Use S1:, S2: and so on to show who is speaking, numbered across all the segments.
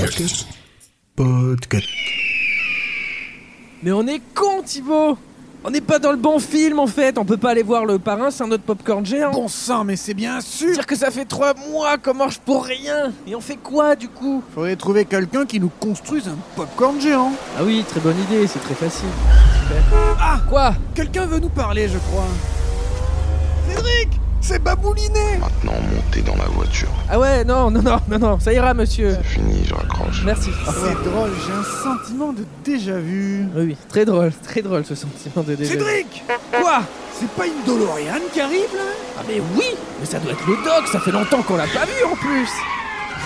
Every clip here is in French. S1: Podcast. Podcast.
S2: Mais on est con, Thibaut On n'est pas dans le bon film en fait, on peut pas aller voir le parrain, c'est un autre popcorn géant.
S3: Bon sang, mais c'est bien sûr
S2: dire que ça fait trois mois qu'on mange pour rien Et on fait quoi du coup
S3: Faudrait trouver quelqu'un qui nous construise un popcorn géant.
S2: Ah oui, très bonne idée, c'est très facile. Ah Quoi
S3: Quelqu'un veut nous parler, je crois. Cédric C'est Baboulinet
S4: Maintenant, montez dans la voiture.
S2: Ah ouais, non, non, non, non, non, ça ira monsieur.
S4: C'est fini, je raccroche.
S2: Merci.
S3: Ah, C'est drôle, j'ai un sentiment de déjà-vu.
S2: Oui, oui, très drôle, très drôle ce sentiment de déjà.
S3: Cédric
S2: Quoi
S3: C'est pas une DeLorean qui arrive, là
S2: Ah mais oui Mais ça doit être le doc, ça fait longtemps qu'on l'a pas vu en plus Ah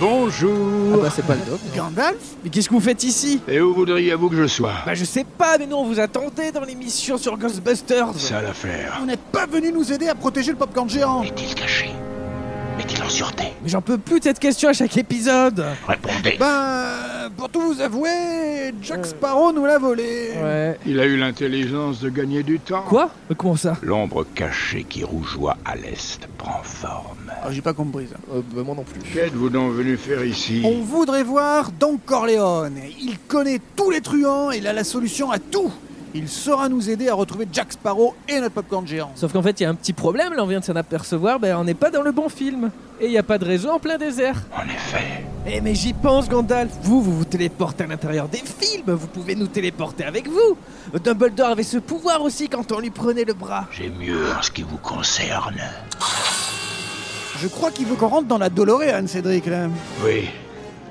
S5: Bonjour
S2: bah c'est pas le doc. non.
S3: Gandalf
S2: Mais qu'est-ce que vous faites ici
S5: Et où voudriez-vous que je sois
S2: Bah je sais pas, mais nous on vous attendait dans l'émission sur Ghostbusters
S5: Ça l'affaire.
S3: Vous n'êtes pas venu nous aider à protéger le popcorn géant
S4: Est-il caché Est-il en sûreté
S2: Mais j'en peux plus de cette question à chaque épisode
S4: Répondez.
S3: Ben, pour tout vous avouer, Jack Sparrow nous l'a volé.
S2: Ouais.
S5: Il a eu l'intelligence de gagner du temps.
S2: Quoi Mais Comment ça
S4: L'ombre cachée qui rougeoie à l'est prend forme.
S3: Ah, j'ai pas compris ça.
S2: Moi non plus.
S5: Qu'êtes-vous donc venu faire ici
S3: On voudrait voir Don Corleone. Il connaît tous les truands, il a la solution à tout. Il saura nous aider à retrouver Jack Sparrow et notre popcorn géant.
S2: Sauf qu'en fait, il y a un petit problème, là, on vient de s'en apercevoir, ben, on n'est pas dans le bon film. Et il n'y a pas de réseau en plein désert.
S4: En effet.
S2: Eh, mais j'y pense, Gandalf Vous, vous vous téléportez à l'intérieur des films, vous pouvez nous téléporter avec vous Dumbledore avait ce pouvoir aussi quand on lui prenait le bras.
S4: J'ai mieux en ce qui vous concerne.
S3: Je crois qu'il veut qu'on rentre dans la DeLorean, Cédric, là.
S5: Oui,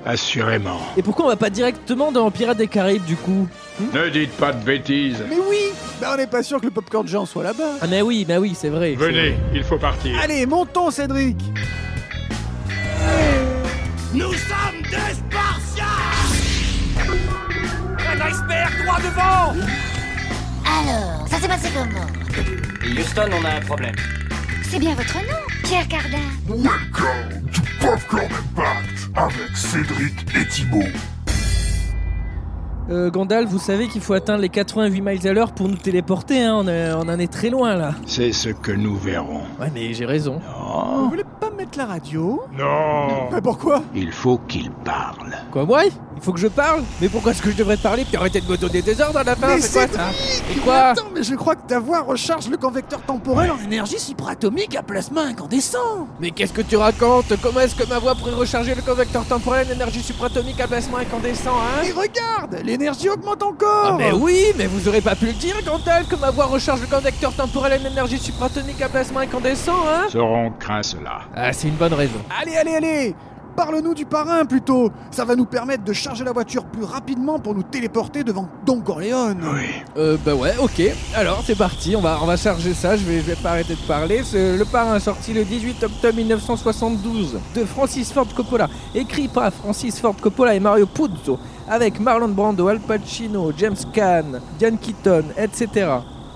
S5: assurément.
S2: Et pourquoi on va pas directement dans Pirates des Caraïbes, du coup
S5: Ne dites pas de bêtises.
S3: Hmm? Mais oui Ben, on n'est pas sûr que le popcorn géant soit là-bas.
S2: Ah, mais oui, bah oui, c'est vrai.
S5: Venez, il faut partir.
S3: Allez, montons, Cédric
S6: Alors, ça s'est passé comment
S7: Houston, on a un problème.
S6: C'est bien votre nom, Pierre Cardin.
S8: Welcome to Popcorn Impact avec Cédric et Thibaut.
S2: Euh, Gandalf, vous savez qu'il faut atteindre les 88 miles à l'heure pour nous téléporter, hein, on, est- on en est très loin, là.
S5: C'est ce que nous verrons.
S2: Ouais, mais j'ai raison.
S3: Oh. Vous
S4: Non.
S3: voulez pas mettre la radio
S5: Non
S3: Mais pourquoi
S4: Il faut qu'il parle.
S2: Quoi, ouais Il faut que je parle Mais pourquoi est-ce que je devrais parler Puis arrêtez de me donner des ordres à la fin,
S3: Mais
S2: Ah, c'est quoi
S3: Cédric,
S2: ça Et
S3: Mais
S2: quoi
S3: Attends, mais je crois que ta voix recharge le convecteur temporel en énergie supraatomique à plasma incandescent
S2: Mais qu'est-ce que tu racontes Comment est-ce que ma voix pourrait recharger le convecteur temporel d'énergie supratomique à plasma incandescent, hein
S3: Et regarde L'énergie augmente encore
S2: ah mais oui, mais vous aurez pas pu le dire, Gandalf, que ma voix recharge le convecteur temporel d'énergie supratomique à plasma incandescent, hein
S5: Sauron craint cela.
S2: Ah, c'est une bonne raison.
S3: Allez, allez, allez Parle-nous du parrain plutôt Ça va nous permettre de charger la voiture plus rapidement pour nous téléporter devant Don Corleone
S5: Oui.
S2: Euh, bah ouais, ok. Alors, c'est parti, on va, on va charger ça, je vais, je vais pas arrêter de parler. C'est le parrain sorti le 18 octobre 1972 de Francis Ford Coppola, écrit par Francis Ford Coppola et Mario Puzo, avec Marlon Brando, Al Pacino, James Caan, Diane Keaton, etc.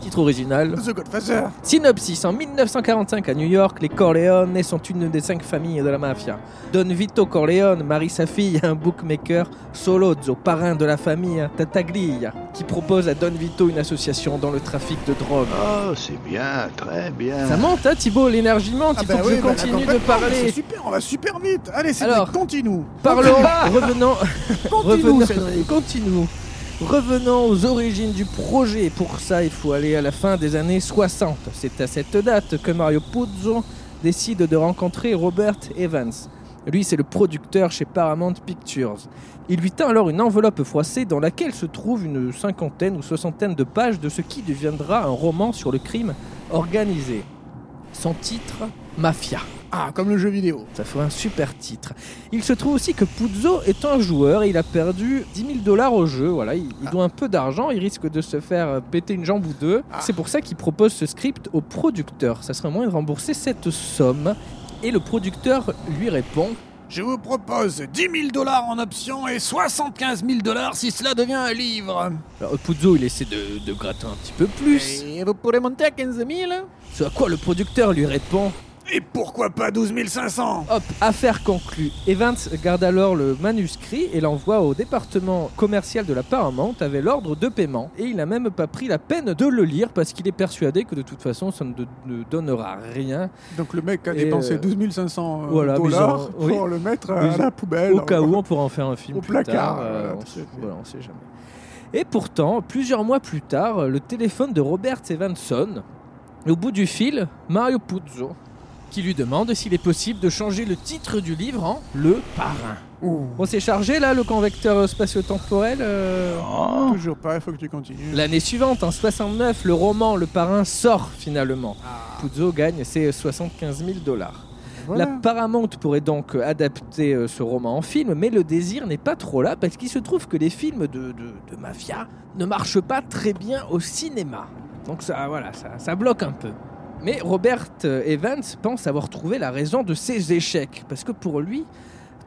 S2: Titre original.
S3: The Godfather
S2: Synopsis en 1945 à New York, les Corleone sont une des cinq familles de la mafia. Don Vito Corleone marie sa fille à un bookmaker, Solozzo, parrain de la famille Tattaglia, qui propose à Don Vito une association dans le trafic de drogue.
S3: Ah.
S4: Oh, c'est bien, très bien.
S2: Ça monte, hein, Thibaut L'énergie monte, il faut que
S3: oui,
S2: je
S3: bah,
S2: continue de
S3: complètement, mais C'est
S2: parler.
S3: super, on va super vite Allez, Cédric,
S2: Alors,
S3: continue
S2: Parlons, revenons,
S3: Continue,
S2: revenons,
S3: Cédric
S2: continuons. Revenons aux origines du projet. Pour ça, il faut aller à la fin des années 60. C'est à cette date que Mario Puzo décide de rencontrer Robert Evans. Lui, c'est le producteur chez Paramount Pictures. Il lui tend alors une enveloppe froissée dans laquelle se trouve une cinquantaine ou soixantaine de pages de ce qui deviendra un roman sur le crime organisé. Son titre, Mafia.
S3: Ah, comme le jeu vidéo
S2: Ça ferait un super titre. Il se trouve aussi que Puzo est un joueur et il a perdu 10 000 dollars au jeu. Voilà, il, il doit un peu d'argent, il risque de se faire euh, péter une jambe ou deux. C'est pour ça qu'il propose ce script au producteur. Ça serait un moyen de rembourser cette somme. Et le producteur lui répond
S3: Je vous propose 10 000 dollars en option et 75 000 dollars si cela devient un livre.
S2: Alors, euh, Puzo, il essaie de, de gratter un petit peu plus.
S3: Et vous pourrez monter à 15 000
S2: Ce à quoi le producteur lui répond
S9: Et pourquoi pas 12 500
S2: Hop, affaire conclue. Evans garde alors le manuscrit et l'envoie au département commercial de la Paramount avec l'ordre de paiement. Et il n'a même pas pris la peine de le lire parce qu'il est persuadé que de toute façon ça ne, ne donnera rien.
S3: Donc le mec a
S2: Et,
S3: dépensé
S2: euh,
S3: 12 500 euh,
S2: voilà,
S3: dollars
S2: bizarre, oui.
S3: pour le mettre à
S2: Oui.
S3: la poubelle.
S2: Au cas où, on pourra en faire un film
S3: hein. Au
S2: plus tard,
S3: placard,
S2: euh,
S3: voilà,
S2: on,
S3: tout
S2: sait-
S3: à fait.
S2: voilà, on sait jamais. Et pourtant, plusieurs mois plus tard, le téléphone de Robert Evans sonne. Et au bout du fil, Mario Puzo, qui lui demande s'il est possible de changer le titre du livre en Le Parrain. On s'est chargé là, le convecteur spatio-temporel euh,
S5: Oh,
S3: Toujours pas, il faut que tu continues.
S2: Mm. L'année suivante, en 69, le roman Le Parrain sort finalement. Puzo gagne ses 75 000 dollars.
S3: Voilà.
S2: La Paramount pourrait donc euh, adapter euh, ce roman en film, mais le désir n'est pas trop là parce qu'il se trouve que les films de, de- de mafia ne marchent pas très bien au cinéma. Donc ça, voilà, ça, ça bloque un peu. Mais Robert euh, Evans pense avoir trouvé la raison de ses échecs, parce que pour lui,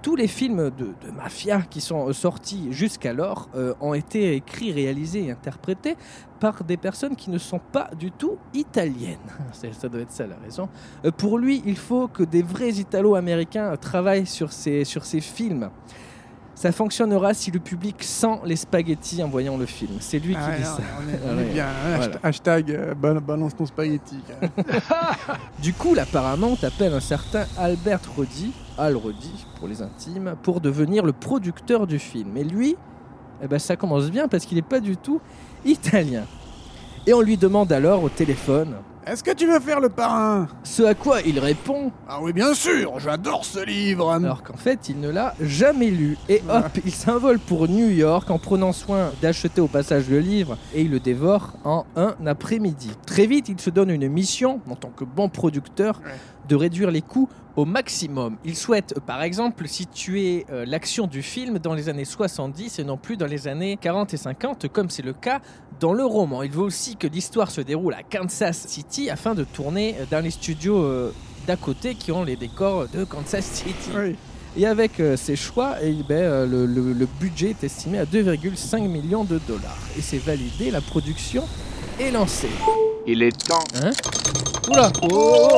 S2: tous les films de, de mafia qui sont euh, sortis jusqu'alors euh, ont été écrits, réalisés et interprétés par des personnes qui ne sont pas du tout italiennes. C'est- Ça doit être ça la raison. Euh, Pour lui, il faut que des vrais Italo-Américains euh, travaillent sur ces, sur ces films. Ça fonctionnera si le public sent les spaghettis en voyant le film. C'est lui
S3: Ah,
S2: qui dit
S3: non,
S2: ça.
S3: On est, on
S2: Ah
S3: est
S2: ouais,
S3: bien. hein,
S2: voilà.
S3: Hashtag euh, bal- balance ton spaghetti. quoi.
S2: Du coup, l'apparemment appelle un certain Albert Roddy, Al Roddy pour les intimes, pour devenir le producteur du film. Et lui, eh ben, ça commence bien parce qu'il n'est pas du tout italien. Et on lui demande alors au téléphone
S3: Est-ce que tu veux faire le parrain
S2: ce à quoi il répond,
S3: Ah oui, bien sûr, j'adore ce livre.
S2: alors qu'en fait il ne l'a jamais lu. Et hop, il s'envole pour New York en prenant soin d'acheter au passage le livre et il le dévore en un après-midi. Très vite, il se donne une mission en tant que bon producteur
S3: Ouais.
S2: de réduire les coûts au maximum. Il souhaite euh, par exemple situer euh, l'action du film dans les années 70 et non plus dans les années 40 et 50 comme c'est le cas dans le roman. Il veut aussi que l'histoire se déroule à Kansas City afin de tourner euh, dans les studios euh, d'à côté qui ont les décors de Kansas City.
S3: Oui.
S2: Et avec euh, ces choix, eh ben, euh, le, le- le budget est estimé à 2,5 millions de dollars. Et c'est validé, la production est lancée.
S5: il est temps.
S2: Hein Oula Oh,
S3: Oh,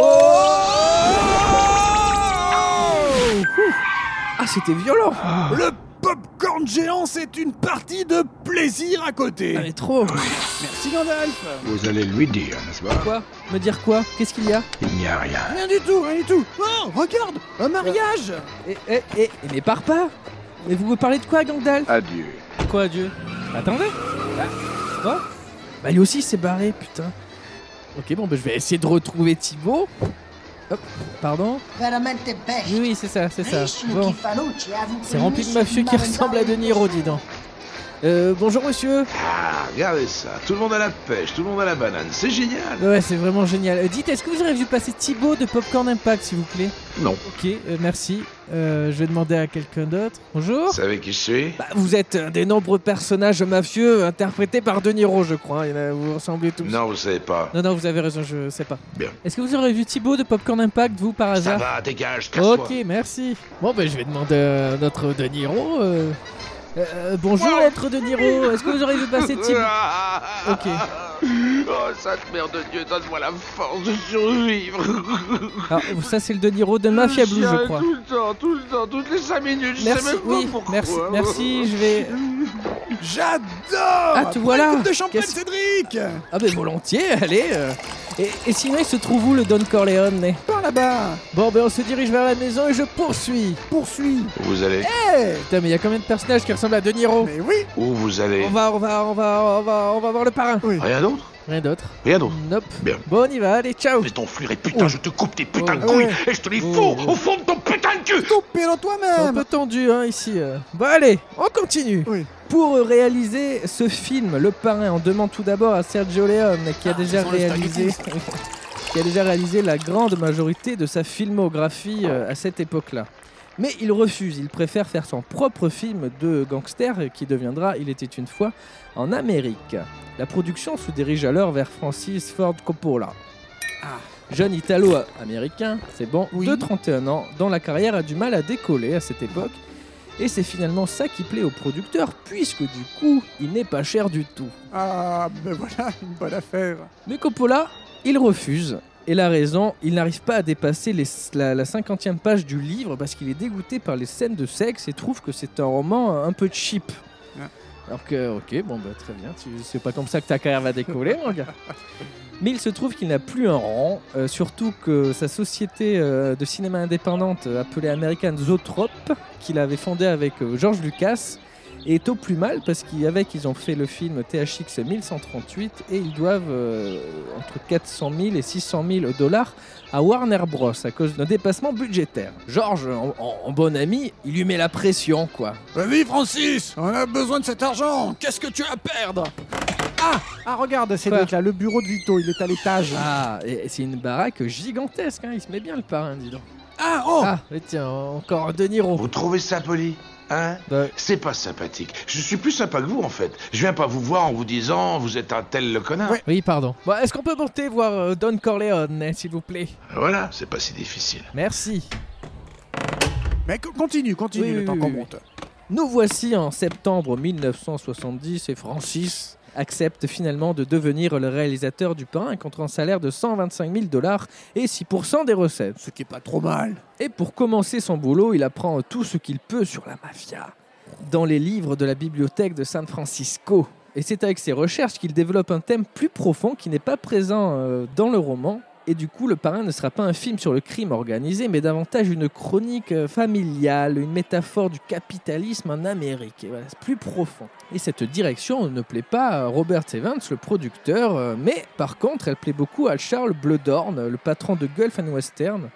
S2: Ah, c'était violent
S9: Le popcorn géant, c'est une partie de plaisir à côté.
S2: Ah, mais trop
S9: Merci Gandalf.
S4: Vous allez lui dire, n'est-ce pas
S2: Quoi Me dire quoi Qu'est-ce qu'il y a
S5: Il n'y a rien.
S9: Rien du tout, rien du tout. Oh, regarde, un mariage.
S2: Eh, eh, eh, eh, mais pars pas Mais vous me parlez de quoi, Gandalf
S5: Adieu.
S2: Quoi, Dieu Attendez Quoi Bah, lui aussi, il s'est barré, putain. Ok, bon, bah, je vais essayer de retrouver Thibaut. Hop, pardon
S10: Veramente belle.
S2: Oui, oui, c'est ça, c'est ça.
S10: Riche,
S2: Bon.
S10: Lucifanucci, a vous
S2: C'est rempli de mafieux qui ressemblent à Denis Niro, dis donc. Euh, bonjour monsieur.
S5: Ah, regardez ça. Tout le monde à la pêche, tout le monde à la banane. C'est génial.
S2: Ouais, c'est vraiment génial. Euh, dites, est-ce que vous auriez vu passer Thibaut de Popcorn Impact, s'il vous plaît
S5: Non.
S2: Ok, euh, merci. Euh, je vais demander à quelqu'un d'autre. Bonjour.
S5: Vous savez qui je suis
S2: Bah, vous êtes un des nombreux personnages mafieux interprétés par De Niro, je crois. Il y en a- vous ressemblez tous.
S5: Non, vous savez pas.
S2: non, non, vous avez raison, je sais pas.
S5: Bien.
S2: Est-ce que vous aurez vu Thibaut de Popcorn Impact, vous, par
S5: Ça
S2: hasard
S5: va, dégage, casse-toi.
S2: Ah, Ok, merci. Bon, ben, je vais demander à notre De Niro. euh. Euh, euh, bonjour, maître De Niro. Est-ce que vous aurez vu passer Thibaut
S5: Ok.
S2: Ok.
S5: Ah, Oh, sainte mère de Dieu, donne-moi la force de survivre.
S2: Alors, ça, c'est le De Niro de Mafia Blue,
S5: chien
S2: je crois.
S5: Tout le temps, tout le temps, toutes les 5 minutes, je
S2: Merci,
S5: sais même pas
S2: oui,
S5: pourquoi.
S2: merci, merci, je vais.
S9: J'adore.
S2: Ah, te voilà.
S9: Coupe de champagne,
S2: Qu'est-ce-
S9: Cédric.
S2: Ah, ben volontiers, allez euh. et, et sinon, il se trouve où le Don Corleone né
S9: Par là-bas.
S2: Bon, ben on se dirige vers la maison et je poursuis
S9: Poursuis.
S5: Vous allez
S2: Putain, mais il y a combien de personnages qui ressemblent à De Niro
S9: Mais oui.
S5: Où vous allez
S2: On va, on va, on va, on va, on va voir le parrain
S5: Rien d'autre
S2: Rien d'autre
S5: Rien d'autre
S2: Nope
S5: Bien.
S2: Bon, on y va, allez, ciao
S5: Mais ton frère est putain, je te coupe tes putains de
S2: Oh.
S5: couilles et je te les
S2: Oh.
S5: fous au fond de ton putain de cul
S9: Coupez-le
S2: C'est un
S9: toi-même.
S2: peu tendu, hein, ici. euh. Bon, allez, on continue
S3: Oui.
S2: Pour réaliser ce film, Le Parrain, on demande tout d'abord à Sergio Leone, qui a déjà réalisé... qui a déjà réalisé la grande majorité de sa filmographie euh, à cette époque-là. Mais il refuse, il préfère faire son propre film de gangster euh, qui deviendra Il était une fois en Amérique. La production se dirige alors vers Francis Ford Coppola. Jeune italo-américain, c'est bon,
S3: Oui.
S2: de 31 ans, dont la carrière a du mal à décoller à cette époque. Et c'est finalement ça qui plaît au producteur, puisque du coup, il n'est pas cher du tout.
S3: Ah, ben voilà, une bonne affaire.
S2: Mais Coppola, il refuse. Et la raison, il n'arrive pas à dépasser les- la, la 50e page du livre parce qu'il est dégoûté par les scènes de sexe et trouve que c'est un roman euh, un peu cheap.
S3: Ouais.
S2: Alors que, ok, bon, bah, très bien, tu- c'est pas comme ça que ta carrière va décoller, mon gars. Mais il se trouve qu'il n'a plus un rang, euh, surtout que sa société euh, de cinéma indépendante euh, appelée American Zoetrope, qu'il avait fondée avec euh, George Lucas, est au plus mal parce qu'avec ils ont fait le film THX 1138 et ils doivent euh, entre 400 000 et 600 000 dollars à Warner Bros à cause d'un dépassement budgétaire. George, en, en- en bon ami, il lui met la pression quoi.
S3: Vas-y, Francis, on a besoin de cet argent. Qu'est-ce que tu as à perdre
S9: Ah, regarde,
S2: Quoi
S9: Cédric, là, le bureau de Vito, il est à l'étage.
S2: Ah, et et c'est une baraque gigantesque, hein, il se met bien le parrain, dis donc.
S3: Ah, oh
S2: Ah, mais tiens, encore De Niro.
S4: Vous trouvez ça poli Hein
S2: Bah,
S4: C'est pas sympathique. Je suis plus sympa que vous, en fait. Je viens pas vous voir en vous disant vous êtes un tel le connard.
S3: Ouais.
S2: oui, pardon. Bon, Est-ce qu'on peut monter voir euh, Don Corleone, hein, s'il vous plaît
S4: Voilà, c'est pas si difficile.
S2: Merci.
S3: Mais co- continue, continue
S2: Oui,
S3: le
S2: oui,
S3: temps
S2: oui,
S3: qu'on
S2: oui.
S3: monte.
S2: Nous voici en septembre 1970 et Francis accepte finalement de devenir le réalisateur du parrain contre un salaire de 125 000 dollars et 6% des recettes.
S3: Ce qui est pas trop mal.
S2: Et pour commencer son boulot, il apprend tout ce qu'il peut sur la mafia dans les livres de la bibliothèque de San Francisco. Et c'est avec ses recherches qu'il développe un thème plus profond qui n'est pas présent euh, dans le roman. Et du coup, Le Parrain ne sera pas un film sur le crime organisé, mais davantage une chronique euh, familiale, une métaphore du capitalisme en Amérique. Et voilà, c'est plus profond. Et cette direction ne plaît pas à Robert Evans, le producteur, euh, mais par contre, elle plaît beaucoup à Charles Bleudorn, le patron de Gulf and Western,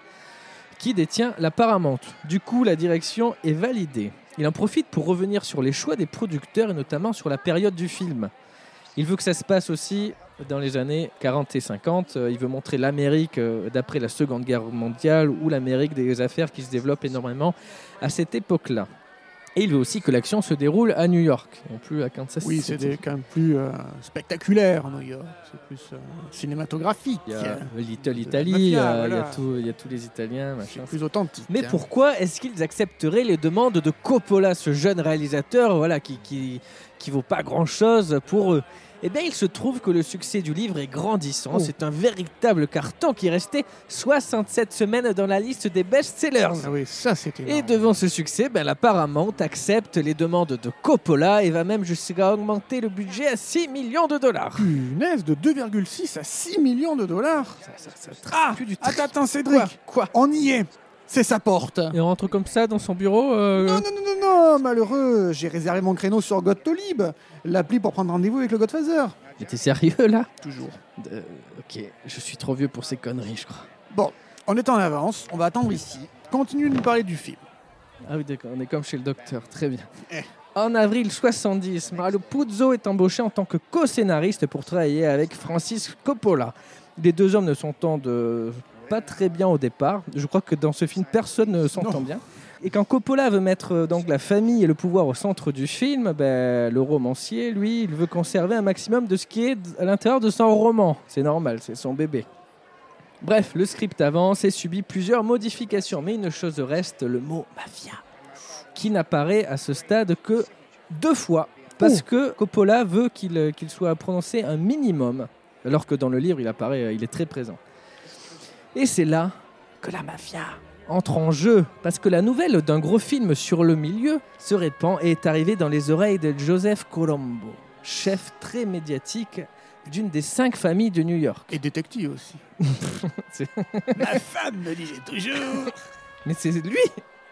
S2: qui détient la Paramount. Du coup, la direction est validée. Il en profite pour revenir sur les choix des producteurs et notamment sur la période du film. Il veut que ça se passe aussi dans les années 40 et 50. Euh, Il veut montrer l'Amérique euh, d'après la Seconde Guerre mondiale ou l'Amérique des affaires qui se développe énormément à cette époque-là. Et il veut aussi que l'action se déroule à New York, non plus à Kansas
S3: Oui,
S2: City.
S3: c'est des- quand même plus euh, spectaculaire, New York. C'est plus euh, cinématographique.
S2: Il y a Little
S3: la mafia,
S2: Italy, euh, il y a- il y a
S3: voilà.
S2: tout- il y a tous les Italiens, machin.
S3: C'est plus authentique.
S2: Mais
S3: hein.
S2: pourquoi est-ce qu'ils accepteraient les demandes de Coppola, ce jeune réalisateur voilà, qui, qui, qui vaut pas grand-chose pour eux Eh bien, il se trouve que le succès du livre est grandissant.
S3: Oh.
S2: C'est un véritable carton qui restait 67 semaines dans la liste des best-sellers.
S3: Ah oui, ça c'était.
S2: hein. Et devant ce succès, ben, la Paramount accepte les demandes de Coppola et va même jusqu'à augmenter le budget à 6 millions de dollars.
S3: Punaise, de 2,6 à 6 millions de dollars.
S2: Ça, ça, ça trace
S3: Ah
S2: plus du tout.
S3: Attends, attends, Cédric.
S2: Quoi
S3: On y est. C'est sa porte.
S2: Et on rentre comme ça dans son bureau euh,
S3: Non, non, non, non, non, malheureux. J'ai réservé mon créneau sur Gottolib, l'appli pour prendre rendez-vous avec le Godfather.
S2: Mais t'es sérieux là
S3: Toujours.
S2: Euh, ok, je suis trop vieux pour ces conneries, je crois.
S3: Bon, on est en avance, on va attendre ici. Continue de nous parler du film.
S2: Ah oui, d'accord, on est comme chez le docteur, très bien.
S3: Eh.
S2: En avril 70, Marlo Puzo est embauché en tant que co-scénariste pour travailler avec Francis Coppola. Les deux hommes ne s'entendent euh, pas très bien au départ. Je crois que dans ce film, personne ne s'entend bien. Et quand Coppola veut mettre euh, donc la famille et le pouvoir au centre du film, ben, le romancier, lui, il veut conserver un maximum de ce qui est à l'intérieur de son roman. C'est normal, c'est son bébé. Bref, le script avance et subit plusieurs modifications, mais une chose reste, le mot mafia, qui n'apparaît à ce stade que deux fois, parce que Coppola veut qu'il euh, qu'il soit prononcé un minimum, alors que dans le livre, il apparaît, euh, il est très présent. Et c'est là que la mafia entre en jeu, parce que la nouvelle d'un gros film sur le milieu se répand et est arrivée dans les oreilles de Joseph Colombo, chef très médiatique d'une des cinq familles de New York.
S3: Et détective aussi.
S2: C'est-
S3: Ma femme me disait toujours.
S2: Mais c'est lui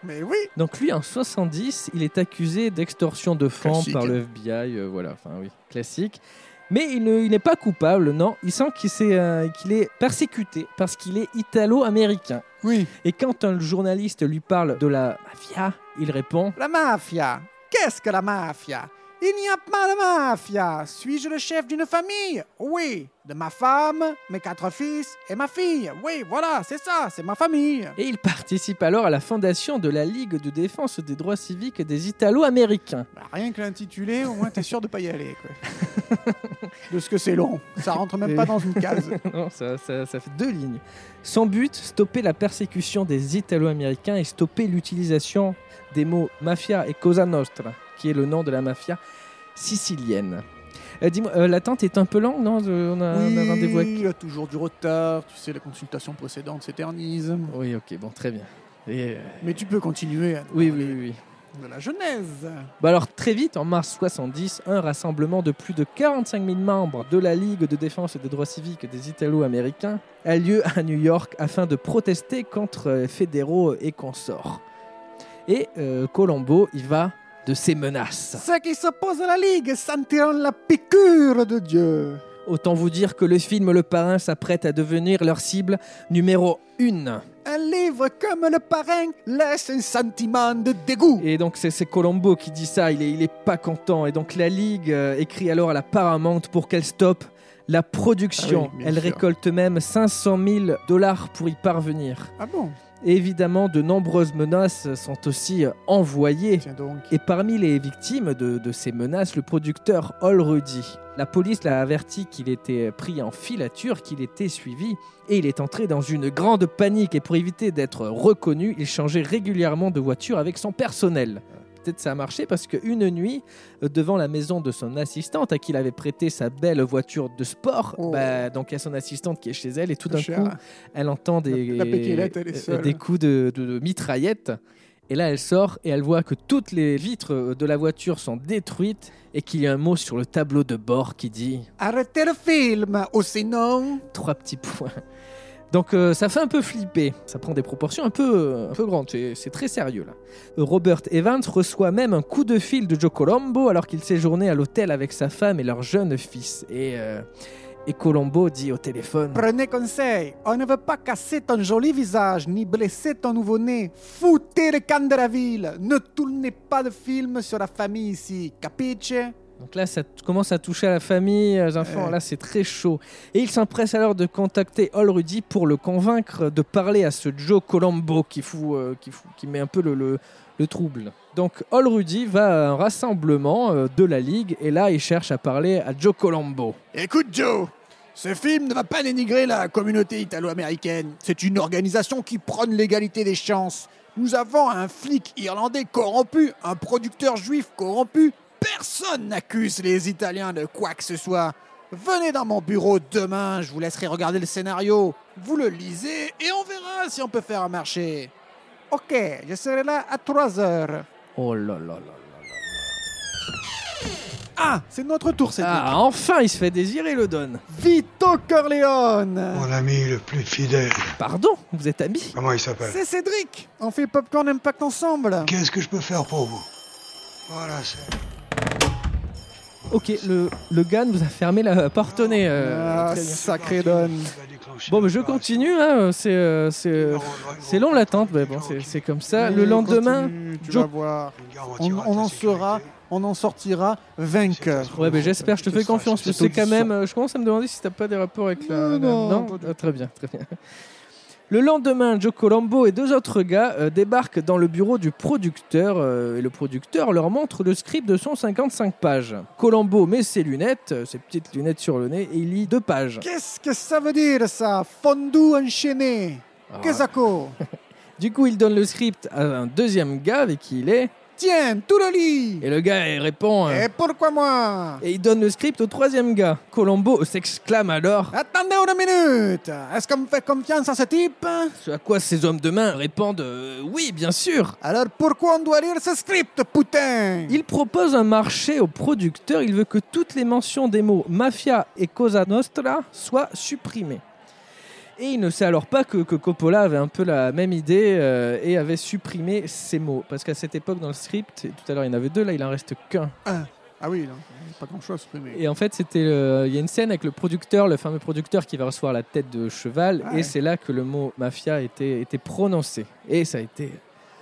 S3: Mais oui.
S2: Donc lui, en 70, il est accusé d'extorsion de fonds
S3: Classique.
S2: par le FBI, euh, voilà, enfin oui, classique. Mais il ne- il n'est pas coupable, non. Il sent qu'il s'est, euh, qu'il est persécuté parce qu'il est italo-américain.
S3: Oui.
S2: Et quand un journaliste lui parle de la mafia, il répond
S3: La mafia. Qu'est-ce que la mafia Il n'y a pas de mafia. Suis-je le chef d'une famille Oui. De ma femme, mes quatre fils et ma fille. Oui, voilà, c'est ça, c'est ma famille.
S2: et il participe alors à la fondation de la Ligue de défense des droits civiques des Italo-américains.
S3: Bah, rien que l'intitulé, au moins t'es sûr de pas y aller. quoi. de ce que c'est long. Ça rentre même pas dans une case.
S2: Non, ça, ça- ça fait deux lignes. Son but, stopper la persécution des Italo-Américains et stopper l'utilisation des mots mafia et cosa nostra, qui est le nom de la mafia sicilienne. Euh, Dis-moi, euh, l'attente est un peu longue, non Euh, On a, on a rendez-vous avec.
S3: il a toujours du retard, tu sais, la consultation précédente s'éternise.
S2: Oui, ok, bon, très bien. Et, euh,
S3: Mais tu peux continuer à nous
S2: Oui, oui,
S3: parler
S2: oui. oui.
S3: de la genèse.
S2: Bah alors très vite, en mars 70, un rassemblement de plus de 45 000 membres de la Ligue de défense et des droits civiques des Italo-Américains a lieu à New York afin de protester contre euh, fédéraux et consorts. Et euh, Colombo y va de ses menaces.
S3: Ceux qui s'opposent à la Ligue sentiront la piqûre de Dieu.
S2: Autant vous dire que le film Le Parrain s'apprête à devenir leur cible numéro 1.
S3: Un livre comme le parrain laisse un sentiment de dégoût.
S2: Et donc c'est c'est Colombo qui dit ça, il est, il est pas content. Et donc la Ligue euh, écrit alors à la Paramount pour qu'elle stoppe la production.
S3: Ah oui, bien
S2: Elle
S3: sûr.
S2: récolte même 500 000 dollars pour y parvenir.
S3: Ah bon
S2: Et évidemment, de nombreuses menaces sont aussi euh, envoyées.
S3: Tiens donc.
S2: Et parmi les victimes de, de ces menaces, le producteur Hall Rudy. La police l'a averti qu'il était pris en filature, qu'il était suivi, et il est entré dans une grande panique. Et pour éviter d'être reconnu, il changeait régulièrement de voiture avec son personnel. Peut-être ça a marché parce qu'une nuit, euh, devant la maison de son assistante, à qui il avait prêté sa belle voiture de sport,
S3: Oh.
S2: bah, donc il y a son assistante qui est chez elle, et tout d'un
S3: Cher.
S2: coup, elle entend des,
S3: La- la péquélette, elle est
S2: euh,
S3: seule.
S2: des coups de, de- de mitraillette. Et là, elle sort et elle voit que toutes les vitres de la voiture sont détruites et qu'il y a un mot sur le tableau de bord qui dit
S3: Arrêtez le film, ou sinon...
S2: trois petits points. Donc euh, ça fait un peu flipper, ça prend des proportions un peu, un peu grandes, c'est c'est très sérieux là. Robert Evans reçoit même un coup de fil de Joe Colombo alors qu'il séjournait à l'hôtel avec sa femme et leur jeune fils. Et, euh, et Colombo dit au téléphone...
S3: Prenez conseil, on ne veut pas casser ton joli visage ni blesser ton nouveau-né. Foutez le camp de la ville, ne tournez pas de film sur la famille ici, capiche
S2: Donc là, ça t- commence à toucher à la famille, aux enfants.
S3: Ouais.
S2: Là, c'est très chaud. Et il s'empresse alors de contacter Hall Rudy pour le convaincre de parler à ce Joe Colombo qui, fout, euh, qui, fout- qui met un peu le, le- le trouble. Donc Hall Rudy va à un rassemblement euh, de la Ligue et là, il cherche à parler à Joe Colombo.
S9: Écoute, Joe, ce film ne va pas dénigrer la communauté italo-américaine.
S3: C'est une organisation qui prône l'égalité des chances. Nous avons un flic irlandais corrompu, un producteur juif corrompu. Personne n'accuse les Italiens de quoi que ce soit. Venez dans mon bureau demain, je vous laisserai regarder le scénario. Vous le lisez et on verra si on peut faire un marché. Ok, je serai là à 3 heures.
S2: Oh là là là là.
S3: Ah, c'est notre tour, c'est
S2: Ah, enfin, il se fait désirer, le Don.
S3: Vito Corleone
S11: Mon ami le plus fidèle.
S2: Pardon, vous êtes amis
S11: Comment il s'appelle
S3: C'est Cédric On fait Popcorn Impact ensemble
S11: Qu'est-ce que je peux faire pour vous Voilà, c'est.
S2: Ok, le, le gars nous a fermé la porte au nez. euh,
S3: Ah,
S2: très bien.
S3: sacré Don
S2: Bon, mais je continue, hein, c'est... euh, c'est, euh, C'est long l'attente, mais bon, c'est c'est comme ça. euh, Le lendemain,
S3: Continue, tu
S2: Joe-
S3: vas voir. On, on en sera, on en sortira vainqueur.
S11: C'est
S2: Ouais, mais j'espère, je te fais confiance. Je
S3: C'est
S2: sais
S3: tout
S2: quand
S3: ça.
S2: même. euh, Je commence à me demander si t'as pas des rapports avec la.
S3: Non,
S2: la-
S3: non, pas du
S2: Ah, Très bien, très bien. Le lendemain, Joe Colombo et deux autres gars euh, débarquent dans le bureau du producteur euh, et le producteur leur montre le script de 155 pages. Colombo met ses lunettes, euh, ses petites lunettes sur le nez, et il lit deux pages.
S3: Qu'est-ce que ça veut dire ça Fondue enchaîné.
S2: Alors,
S3: Qu'est-ce que
S2: du coup, il donne le script à un deuxième gars avec qui il est,
S3: Tiens, tout le lit.
S2: et le gars il répond. euh,
S3: Et pourquoi moi
S2: et il donne le script au troisième gars. Colombo s'exclame alors
S3: Attendez une minute. Est-ce qu'on me fait confiance à ce type
S2: Ce à quoi ces hommes de main répondent euh, Oui, bien sûr
S3: Alors pourquoi on doit lire ce script, putain
S2: Il propose un marché aux producteurs il veut que toutes les mentions des mots mafia et cosa nostra soient supprimées. Et il ne sait alors pas que, que Coppola avait un peu la même idée euh, et avait supprimé ces mots. Parce qu'à cette époque, dans le script, et tout à l'heure il y en avait deux, là il en reste qu'un.
S3: Ah oui, non, pas grand-chose à supprimer.
S2: Et en fait, c'était euh, il y a une scène avec le producteur, le fameux producteur qui va recevoir la tête de cheval,
S3: Ouais.
S2: et c'est là que le mot mafia était, était prononcé. Et ça a été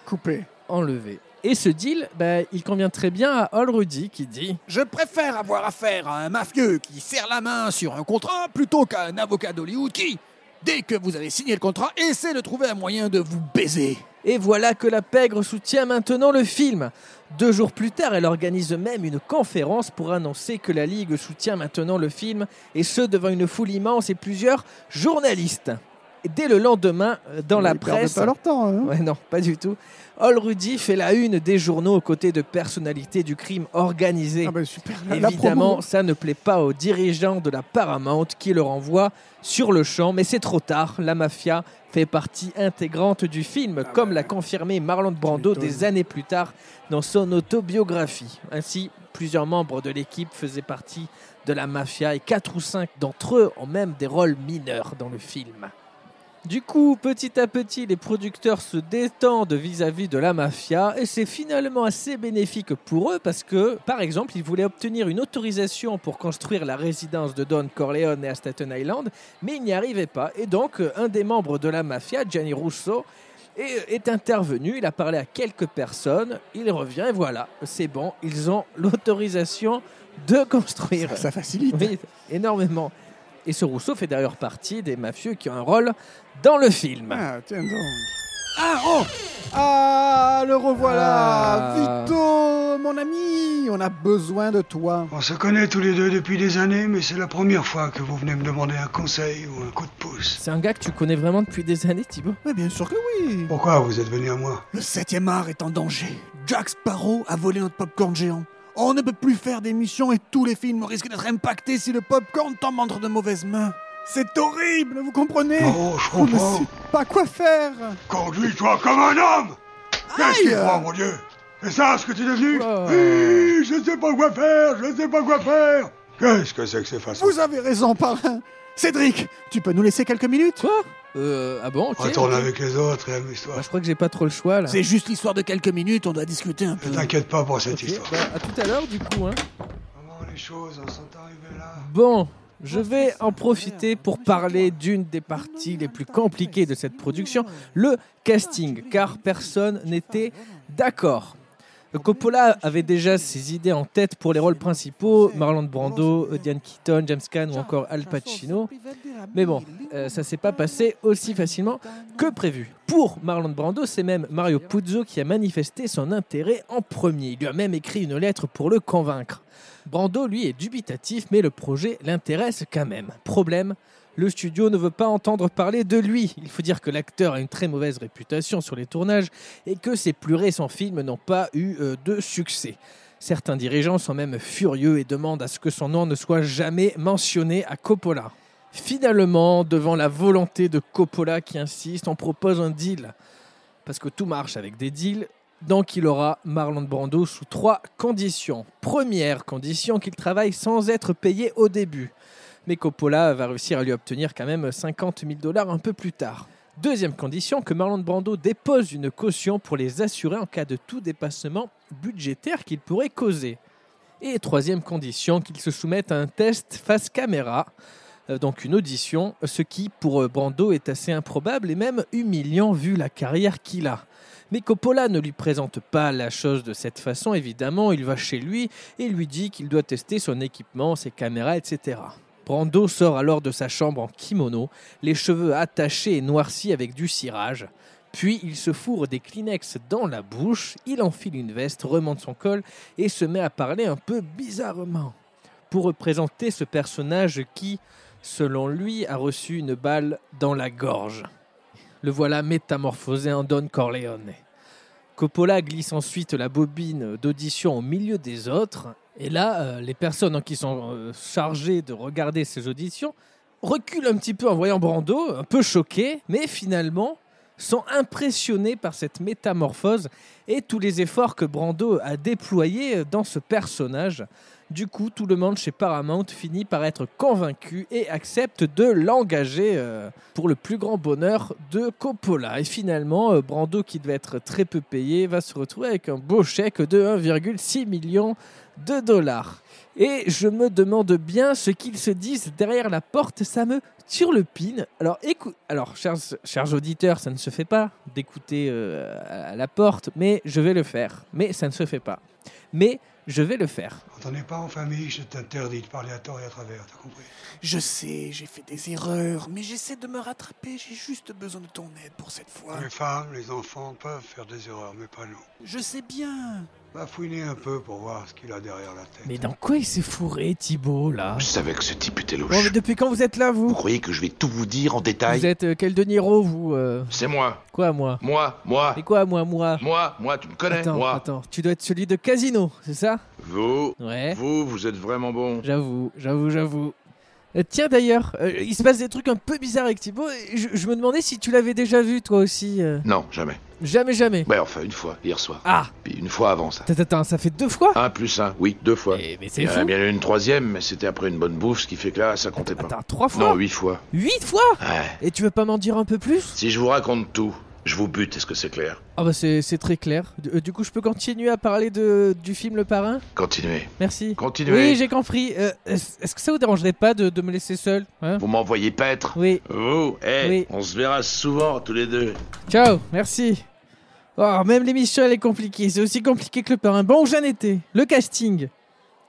S3: Coupé.
S2: enlevé. Et ce deal, bah, il convient très bien à Hall Rudy qui dit
S9: Je préfère avoir affaire à un mafieux qui serre la main sur un contrat plutôt qu'à un avocat d'Hollywood qui, dès que vous avez signé le contrat, essaie de trouver un moyen de vous baiser.
S2: Et voilà que la pègre soutient maintenant le film. Deux jours plus tard, elle organise même une conférence pour annoncer que la Ligue soutient maintenant le film, et ce devant une foule immense et plusieurs journalistes. Et dès le lendemain, euh, dans la
S3: Ils perdent
S2: presse,
S3: pas leur temps. hein.
S2: Ouais, non, pas du tout. Ol Rudy fait la une des journaux aux côtés de personnalités du crime organisé.
S3: Ah ben super, la- la
S2: Évidemment,
S3: promo.
S2: ça ne plaît pas aux dirigeants de la Paramount qui le renvoient sur le champ, mais c'est trop tard. La mafia fait partie intégrante du film, comme l'a confirmé Marlon Brando
S3: Ah, bah. m'étonnes.
S2: des années plus tard dans son autobiographie. Ainsi, plusieurs membres de l'équipe faisaient partie de la mafia et quatre ou cinq d'entre eux ont même des rôles mineurs dans le film. Du coup, petit à petit, les producteurs se détendent vis-à-vis de la mafia et c'est finalement assez bénéfique pour eux parce que, par exemple, ils voulaient obtenir une autorisation pour construire la résidence de Don Corleone à Staten Island, mais ils n'y arrivaient pas. Et donc, euh, un des membres de la mafia, Gianni Russo, est, est intervenu, il a parlé à quelques personnes, il revient et voilà, c'est bon, ils ont l'autorisation de construire.
S3: Ça, ça facilite.
S2: Oui, énormément. Et ce Rousseau fait d'ailleurs partie des mafieux qui ont un rôle dans le film.
S3: Ah, tiens donc. Ah, oh Ah, le revoilà
S2: Ah.
S3: Vito, mon ami, on a besoin de toi.
S11: On se connaît tous les deux depuis des années, mais c'est la première fois que vous venez me demander un conseil ou un coup de pouce.
S2: C'est un gars que tu connais vraiment depuis des années, Thibaut
S3: Oui, bien sûr que oui.
S11: Pourquoi vous êtes venu à moi
S3: Le septième art est en danger. Jack Sparrow a volé notre popcorn géant. On ne peut plus faire d'émissions et tous les films risquent d'être impactés si le popcorn tombe entre de mauvaises mains. C'est horrible, vous comprenez
S11: Oh, je
S3: On ne
S11: comprends.
S3: sait pas quoi faire.
S11: Conduis-toi comme un homme Qu'est-ce
S3: Aïe
S11: qu'il croit, mon Dieu C'est ça ce que tu es devenu
S2: Wow.
S11: Oui, je ne sais pas quoi faire, je ne sais pas quoi faire Qu'est-ce que c'est que ces façons
S3: Vous avez raison, parrain. Cédric, tu peux nous laisser quelques minutes
S2: Quoi Euh, ah bon, ok.
S11: Retourne avec les autres et amuse-toi.
S2: Bah, je crois que j'ai pas trop le choix, là.
S9: C'est juste l'histoire de quelques minutes, on doit discuter un
S11: Ne
S9: peu.
S11: t'inquiète pas pour cette
S2: Ok,
S11: histoire.
S2: bah, à tout à l'heure, du coup, hein.
S11: Comment les choses en sont arrivées là
S2: Bon, je vais en profiter pour parler d'une des parties les plus compliquées de cette production, le casting, car personne n'était d'accord. Coppola avait déjà ses idées en tête pour les rôles principaux, Marlon Brando, euh, Diane Keaton, James Caan ou encore Al Pacino. Mais bon, euh, ça s'est pas passé aussi facilement que prévu. Pour Marlon Brando, c'est même Mario Puzo qui a manifesté son intérêt en premier. Il lui a même écrit une lettre pour le convaincre. Brando, lui, est dubitatif, mais le projet l'intéresse quand même. Problème le studio ne veut pas entendre parler de lui. Il faut dire que l'acteur a une très mauvaise réputation sur les tournages et que ses plus récents films n'ont pas eu euh, de succès. Certains dirigeants sont même furieux et demandent à ce que son nom ne soit jamais mentionné à Coppola. Finalement, devant la volonté de Coppola qui insiste, on propose un deal. Parce que tout marche avec des deals. Donc il aura Marlon Brando sous trois conditions. Première condition, qu'il travaille sans être payé au début. Mais Coppola va réussir à lui obtenir quand même 50 000 dollars un peu plus tard. Deuxième condition, que Marlon Brando dépose une caution pour les assurer en cas de tout dépassement budgétaire qu'il pourrait causer. Et troisième condition, qu'il se soumette à un test face caméra, euh, donc une audition, ce qui pour euh, Brando est assez improbable et même humiliant vu la carrière qu'il a. Mais Coppola ne lui présente pas la chose de cette façon, évidemment, il va chez lui et lui dit qu'il doit tester son équipement, ses caméras, etc. Brando sort alors de sa chambre en kimono, les cheveux attachés et noircis avec du cirage. Puis il se fourre des Kleenex dans la bouche, il enfile une veste, remonte son col et se met à parler un peu bizarrement. Pour représenter ce personnage qui, selon lui, a reçu une balle dans la gorge. Le voilà métamorphosé en Don Corleone. Coppola glisse ensuite la bobine d'audition au milieu des autres. Et là, euh, les personnes hein, qui sont euh, chargées de regarder ces auditions reculent un petit peu en voyant Brando, un peu choqués, mais finalement sont impressionnés par cette métamorphose et tous les efforts que Brando a déployés dans ce personnage. Du coup, tout le monde chez Paramount finit par être convaincu et accepte de l'engager euh, pour le plus grand bonheur de Coppola. Et finalement, euh, Brando, qui devait être très peu payé, va se retrouver avec un beau chèque de 1,6 million de dollars. Et je me demande bien ce qu'ils se disent derrière la porte, ça me turlupine. Alors, écou- Alors chers, chers auditeurs, ça ne se fait pas d'écouter euh, à la porte, mais je vais le faire. Mais ça ne se fait pas. Mais je vais le faire.
S11: Entendez pas en famille, je t'interdis de parler à tort et à travers, t'as compris
S3: Je sais, j'ai fait des erreurs, mais j'essaie de me rattraper, j'ai juste besoin de ton aide pour cette fois.
S11: Les femmes, les enfants peuvent faire des erreurs, mais pas nous.
S3: Je sais bien.
S11: Va fouiner un peu pour voir ce qu'il a derrière la tête.
S2: Mais dans quoi il s'est fourré, Thibaut, là
S4: Je savais que ce type était louche.
S2: Bon, mais depuis quand vous êtes là, vous
S4: Vous croyez que je vais tout vous dire en détail
S2: Vous êtes euh, quel De Niro, vous euh
S4: C'est moi.
S2: Quoi, moi
S4: Moi, moi,
S2: Et quoi, moi, moi
S4: moi, moi, tu Bah, me connais,
S2: Attends,
S4: moi.
S2: attends, tu dois être celui de Casino, c'est ça
S4: Vous,
S2: Ouais.
S4: vous, vous êtes vraiment bon.
S2: J'avoue, j'avoue, j'avoue. Euh, tiens d'ailleurs, euh, il se passe des trucs un peu bizarres avec Thibaut. et Je, je me demandais si tu l'avais déjà vu toi aussi. euh.
S4: Non, jamais.
S2: Jamais, jamais.
S4: Ben enfin, une fois, hier soir.
S2: Ah
S4: Puis une fois avant ça.
S2: Attends, attends, ça fait deux fois
S4: Un plus un, oui, deux fois.
S2: Eh, Mais
S4: Il
S2: c'est
S4: y en a
S2: fou.
S4: Ah, bien eu une troisième, mais c'était après une bonne bouffe, ce qui fait que là, ça comptait pas.
S2: Attends, trois fois
S4: Non, huit fois.
S2: Huit fois
S4: Ouais.
S2: Et tu veux pas m'en dire un peu plus
S4: Si je vous raconte tout, je vous bute, est-ce que c'est clair
S2: Ah bah c'est c'est très clair. Du, euh, du coup, je peux continuer à parler de, du film Le Parrain
S4: Continuez.
S2: Merci.
S4: Continuez.
S2: Oui, j'ai compris. Euh, Est-ce est-ce que ça vous dérangerait pas de, de me laisser seul hein
S4: Vous m'envoyez paître
S2: Oui.
S4: Vous, eh,
S2: Oui.
S4: on se verra souvent tous les deux.
S2: Ciao, merci. Oh, même l'émission, elle est compliquée. C'est aussi compliqué que le parrain. Bon, j'en étais. Le casting.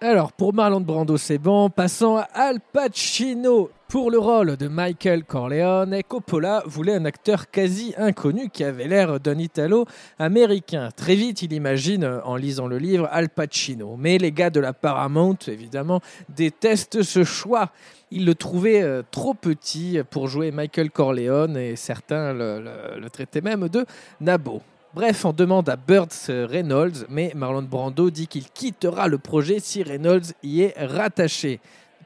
S2: Alors, pour Marlon Brando, c'est bon. Passons à Al Pacino. Pour le rôle de Michael Corleone, Coppola voulait un acteur quasi inconnu qui avait l'air d'un Italo-américain. Très vite, il imagine, euh, en lisant le livre, Al Pacino. Mais les gars de la Paramount, évidemment, détestent ce choix. Il le trouvait euh, trop petit pour jouer Michael Corleone et certains le, le- le traitaient même de nabo. Bref, on demande à Burns euh, Reynolds, mais Marlon Brando dit qu'il quittera le projet si Reynolds y est rattaché.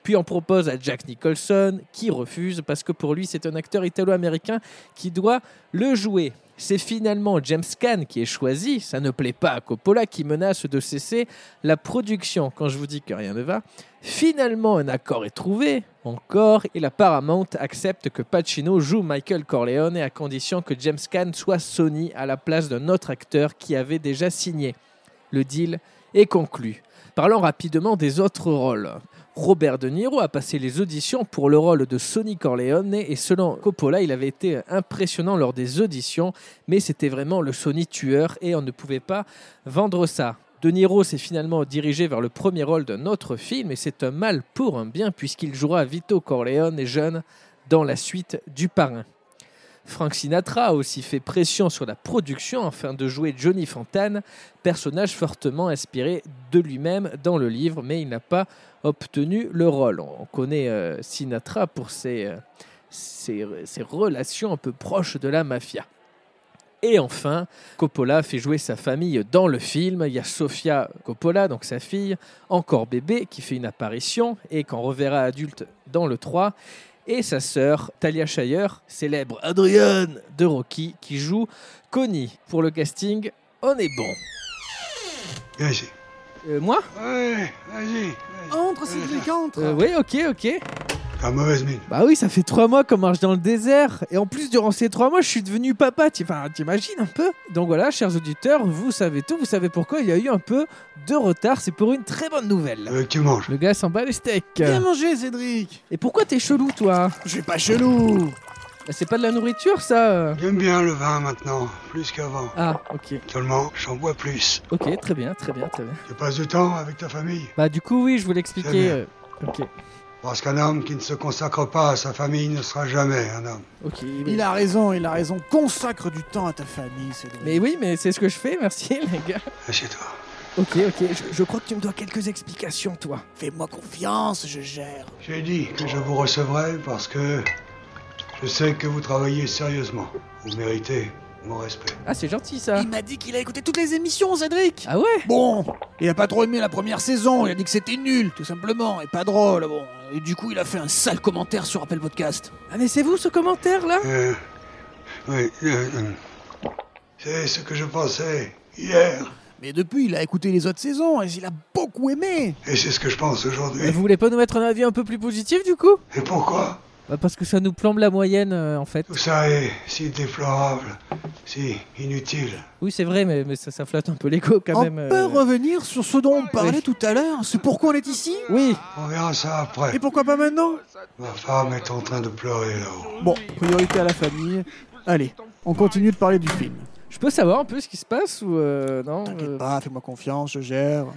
S2: Puis on propose à Jack Nicholson, qui refuse parce que pour lui c'est un acteur italo-américain qui doit le jouer. C'est finalement James Caan qui est choisi, ça ne plaît pas à Coppola qui menace de cesser la production quand je vous dis que rien ne va. Finalement, un accord est trouvé, encore, et la Paramount accepte que Pacino joue Michael Corleone à condition que James Caan soit Sony à la place d'un autre acteur qui avait déjà signé. Le deal est conclu. Parlons rapidement des autres rôles. Robert De Niro a passé les auditions pour le rôle de Sonny Corleone et selon Coppola, il avait été impressionnant lors des auditions, mais c'était vraiment le Sonny tueur et on ne pouvait pas vendre ça. De Niro s'est finalement dirigé vers le premier rôle d'un autre film et c'est un mal pour un bien puisqu'il jouera Vito Corleone et jeune dans la suite du Parrain. Frank Sinatra a aussi fait pression sur la production afin de jouer Johnny Fontane, personnage fortement inspiré de lui-même dans le livre, mais il n'a pas obtenu le rôle. On connaît euh, Sinatra pour ses, euh, ses- ses relations un peu proches de la mafia. Et enfin, Coppola fait jouer sa famille dans le film. Il y a Sofia Coppola, donc sa fille, encore bébé, qui fait une apparition et qu'on reverra adulte dans le 3. Et sa sœur, Talia Shire, célèbre Adrienne de Rocky, qui joue Connie. Pour le casting, on est bon.
S11: Viens ici.
S2: Euh, moi
S11: Ouais, vas-y. vas-y.
S3: Entre, Cédric, entre.
S2: Euh, Oui, ok, ok.
S11: T'as mauvaise mine.
S2: Bah oui, ça fait trois mois qu'on marche dans le désert. Et en plus, durant ces trois mois, je suis devenu papa. Tu- Enfin, t'imagines un peu Donc voilà, chers auditeurs, vous savez tout. Vous savez pourquoi il y a eu un peu de retard. C'est pour une très bonne
S11: Tu
S2: nouvelle.
S11: veux que tu manges.
S2: Le gars s'en bat les steaks.
S3: Viens manger, Cédric.
S2: Et pourquoi t'es chelou, toi
S3: Je suis pas chelou.
S2: Bah, C'est pas de la nourriture, ça euh.
S11: J'aime bien le vin maintenant, plus qu'avant.
S2: Ah, ok.
S11: Seulement, j'en bois plus.
S2: Ok, très bien, très bien, très bien.
S11: Tu passes du temps avec ta famille.
S2: Bah du coup, oui, je voulais
S11: Très
S2: expliquer...
S11: bien.
S2: euh, Ok,
S11: Parce qu'un homme qui ne se consacre pas à sa famille ne sera jamais un homme.
S2: ok.
S3: Il a raison, il a raison. Consacre du temps à ta famille, Cédric.
S2: Mais oui, mais c'est ce que je fais, merci les gars.
S11: Assieds-toi.
S2: Ok, ok, je, je crois que tu me dois quelques explications, toi.
S3: Fais-moi confiance, je gère.
S11: J'ai dit que je vous recevrai parce que je sais que vous travaillez sérieusement. Vous méritez mon respect.
S2: Ah, c'est gentil, ça.
S3: Il m'a dit qu'il a écouté toutes les émissions, Cédric.
S2: Ah ouais
S9: Bon, il a pas trop aimé la première saison, il a dit que c'était nul, tout simplement, et pas drôle, bon. Et du coup, il a fait un sale commentaire sur Apple Podcast.
S2: Ah, mais c'est vous, ce commentaire, là
S11: Euh, oui, euh, euh, c'est ce que je pensais hier
S3: Mais depuis, il a écouté les autres saisons et il a beaucoup aimé.
S11: et c'est ce que je pense
S2: Mais
S11: aujourd'hui.
S2: Bah, Vous voulez pas nous mettre un avis un peu plus positif du coup
S11: Et pourquoi
S2: bah Parce que ça nous plombe la moyenne euh, en fait.
S11: Tout ça est si déplorable, si inutile.
S2: Oui c'est vrai mais, mais ça, ça flatte un peu l'ego quand
S3: on
S2: même. euh.
S3: peut revenir sur ce dont on parlait
S2: Oui.
S3: tout à l'heure. C'est pourquoi on est ici
S2: Oui,
S11: On verra ça
S3: Et
S11: après.
S3: pourquoi pas maintenant
S11: Ma femme est en train de pleurer là-haut.
S3: Bon, priorité à la famille. Allez, on continue de parler du film.
S2: je peux savoir un peu ce qui se passe ou euh, non euh,
S3: T'inquiète pas, fais-moi confiance, je gère.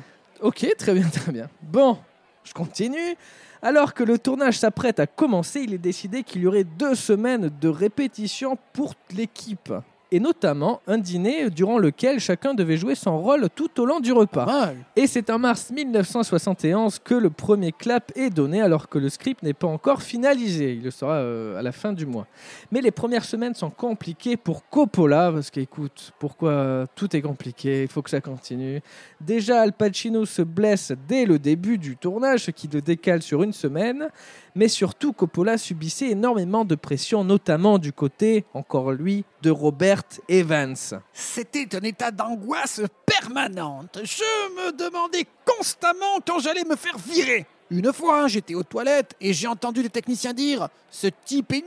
S2: Ok, très bien, très bien. Bon, je continue. Alors que le tournage s'apprête à commencer, il est décidé qu'il y aurait deux semaines de répétition pour l'équipe. et notamment un dîner durant lequel chacun devait jouer son rôle tout au long du repas. Et c'est en mars 1971 que le premier clap est donné alors que le script n'est pas encore finalisé. Il le sera euh, à la fin du mois. Mais les premières semaines sont compliquées pour Coppola parce qu'écoute, pourquoi euh, tout est compliqué, il faut que ça continue. Déjà, Al Pacino se blesse dès le début du tournage, ce qui le décale sur une semaine. Mais surtout, Coppola subissait énormément de pression, notamment du côté, encore lui, de Robert Evans.
S9: C'était un état d'angoisse permanente. Je me demandais constamment quand j'allais me faire virer. Une fois, j'étais aux toilettes et j'ai entendu les techniciens dire Ce type est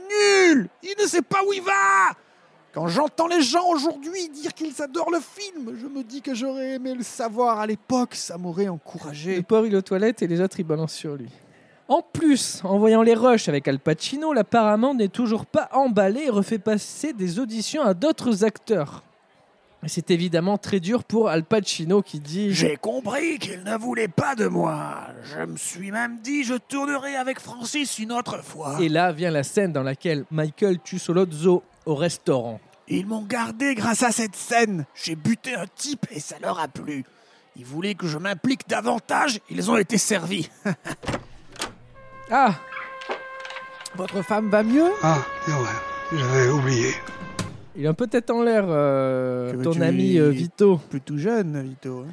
S9: nul Il ne sait pas où il va Quand j'entends les gens aujourd'hui dire qu'ils adorent le film, je me dis que j'aurais aimé le savoir à l'époque, ça m'aurait encouragé.
S2: Le pauvre, il est aux toilettes et les autres, ils balancent sur lui. En plus, en voyant les rushs avec Al Pacino, l'apparemment n'est toujours pas emballé et refait passer des auditions à d'autres acteurs. Et C'est évidemment très dur pour Al Pacino qui dit
S9: J'ai compris qu'il ne voulait pas de moi. Je me suis même dit Je tournerai avec Francis une autre fois.
S2: Et là vient la scène dans laquelle Michael tue Solozzo au restaurant.
S9: Ils m'ont gardé grâce à cette scène. J'ai buté un type et ça leur a plu. Ils voulaient que je m'implique davantage, ils ont été servis.
S2: Ah
S3: Votre femme va mieux
S11: Ah, c'est vrai, j'avais oublié.
S2: Il a peut-être en l'air, euh,
S3: Que veux-tu
S2: ton ami euh, Vito.
S3: Plus tout jeune, Vito. hein.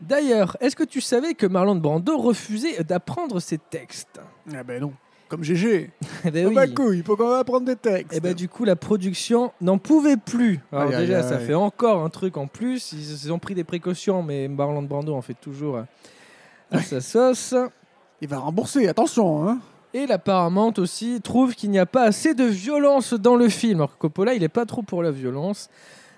S2: D'ailleurs, est-ce que tu savais que Marlon Brando refusait d'apprendre ses textes
S3: Ah ben non. Comme GG.
S2: Eh ben
S3: Oh
S2: oui.
S3: bah couille, il faut quand même apprendre des textes.
S2: Et bah du coup la production n'en pouvait plus. Alors
S3: Aïe, aïe,
S2: déjà
S3: aïe.
S2: ça fait encore un truc en plus. Ils, ils ont pris des précautions mais Marlon Brando en fait toujours euh, à sa sauce.
S3: Il va rembourser, attention. Hein.
S2: Et la Paramount aussi trouve qu'il n'y a pas assez de violence dans le film. Alors que Coppola il est pas trop pour la violence.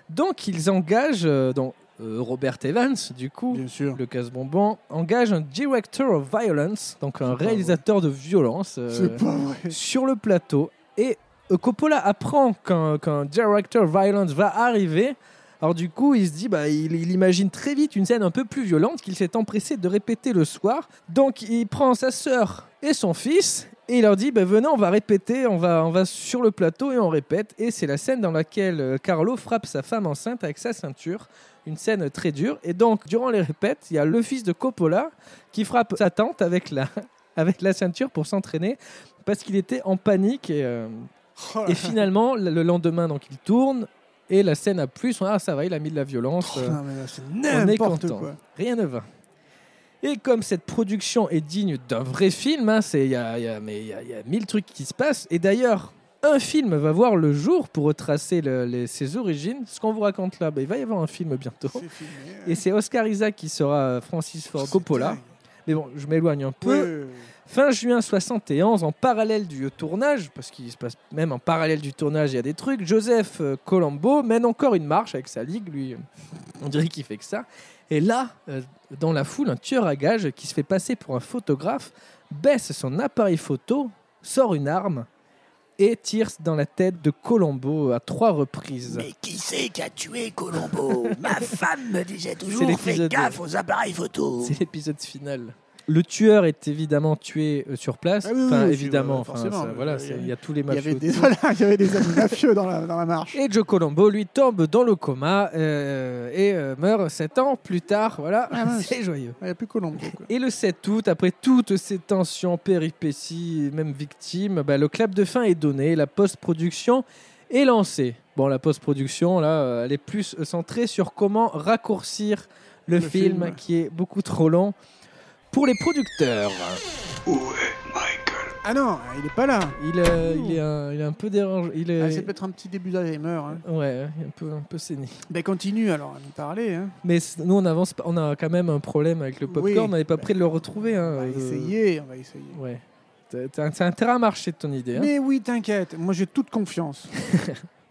S2: Donc ils engagent euh, donc, euh, Robert Evans du coup.
S3: Bien sûr.
S2: Le casse-bonbon engage un director of violence, donc un
S3: vrai.
S2: réalisateur de violence. euh,
S3: C'est pas vrai.
S2: sur le plateau et euh, Coppola apprend qu'un qu'un director violence va arriver. Alors du coup, il se dit, bah, il, il imagine très vite une scène un peu plus violente qu'il s'est empressé de répéter le soir. Donc il prend sa sœur et son fils et il leur dit, bah, venez, on va répéter, on va, on va sur le plateau et on répète. Et c'est la scène dans laquelle euh, Carlo frappe sa femme enceinte avec sa ceinture. Une scène très dure. Et donc, durant les répètes, il y a le fils de Coppola qui frappe sa tante avec la, avec la ceinture pour s'entraîner parce qu'il était en panique. Et, euh,
S3: Oh là
S2: et finalement, le le lendemain, donc il tourne et la scène a plus. Ah, ça va, il a mis de la violence. euh,
S3: là. Non, mais là, c'est
S2: on est
S3: n'importe
S2: content.
S3: quoi.
S2: Rien ne va. Et comme cette production est digne d'un vrai film, hein, c'est- il y a, il y a- mais il y a- il y a mille trucs qui se passent. Et d'ailleurs, un film va voir le jour pour retracer le- les- ses origines. Ce qu'on vous raconte là, bah, il va y avoir un film bientôt.
S3: C'est filmé.
S2: Et c'est Oscar Isaac qui sera euh, Francis Ford Coppola. Mais bon, je m'éloigne un peu.
S3: Peu.
S2: Fin juin 71, en parallèle du tournage, parce qu'il se passe même en parallèle du tournage, il y a des trucs, Joseph euh, Colombo mène encore une marche avec sa ligue, lui, euh, on dirait qu'il fait que ça. Et là, euh, dans la foule, un tueur à gages qui se fait passer pour un photographe baisse son appareil photo, sort une arme et tire dans la tête de Colombo à trois reprises.
S9: Mais qui c'est qui a tué Colombo Ma femme me disait
S2: C'est
S9: toujours
S2: l'épisode
S9: Fais gaffe
S2: de-
S9: aux appareils
S3: Oh.
S9: photo.
S2: C'est l'épisode final. Le tueur est évidemment tué euh, sur place.
S3: Ah oui, oui,
S2: Enfin,
S3: oui, oui,
S2: évidemment.
S3: oui,
S2: enfin,
S3: forcément,
S2: ça,
S3: oui,
S2: voilà,
S3: oui,
S2: c'est-
S3: oui.
S2: il y a tous les
S3: Il y
S2: mafieux.
S3: avait des, voilà, il y avait des amis mafieux dans la, dans la marche.
S2: Et Joe Colombo, lui, tombe dans le coma euh, et euh, meurt sept ans plus tard. Voilà,
S3: Ah, mince.
S2: c'est joyeux.
S3: Il n'y a plus Colombo. Quoi.
S2: Et le 7 août, après toutes ces tensions, péripéties, même victimes, bah, le clap de fin est donné, la post-production est lancée. Bon, la post-production, là, euh, elle est plus centrée sur comment raccourcir le,
S3: Le
S2: film,
S3: film.
S2: qui est beaucoup trop long pour les producteurs.
S11: Où est Michael
S3: Ah non, il est pas là.
S2: Il, euh, il est, un, il est un peu dérangé. Il est...
S3: Ah, c'est peut-être un petit début d'Alzheimer. Hein.
S2: Ouais, un peu, un peu saigné.
S3: Ben continue alors à nous parler. Hein.
S2: Mais c- nous, on avance. pas- On a quand même un problème avec le popcorn.
S3: Oui. Bah,
S2: on n'est pas prêt de le retrouver. Hein,
S3: On va
S2: euh,
S3: essayer, on va essayer.
S2: Ouais. T'as- t'as- C'est un terrain à marcher de ton idée. hein.
S3: Mais oui, t'inquiète, moi j'ai toute confiance.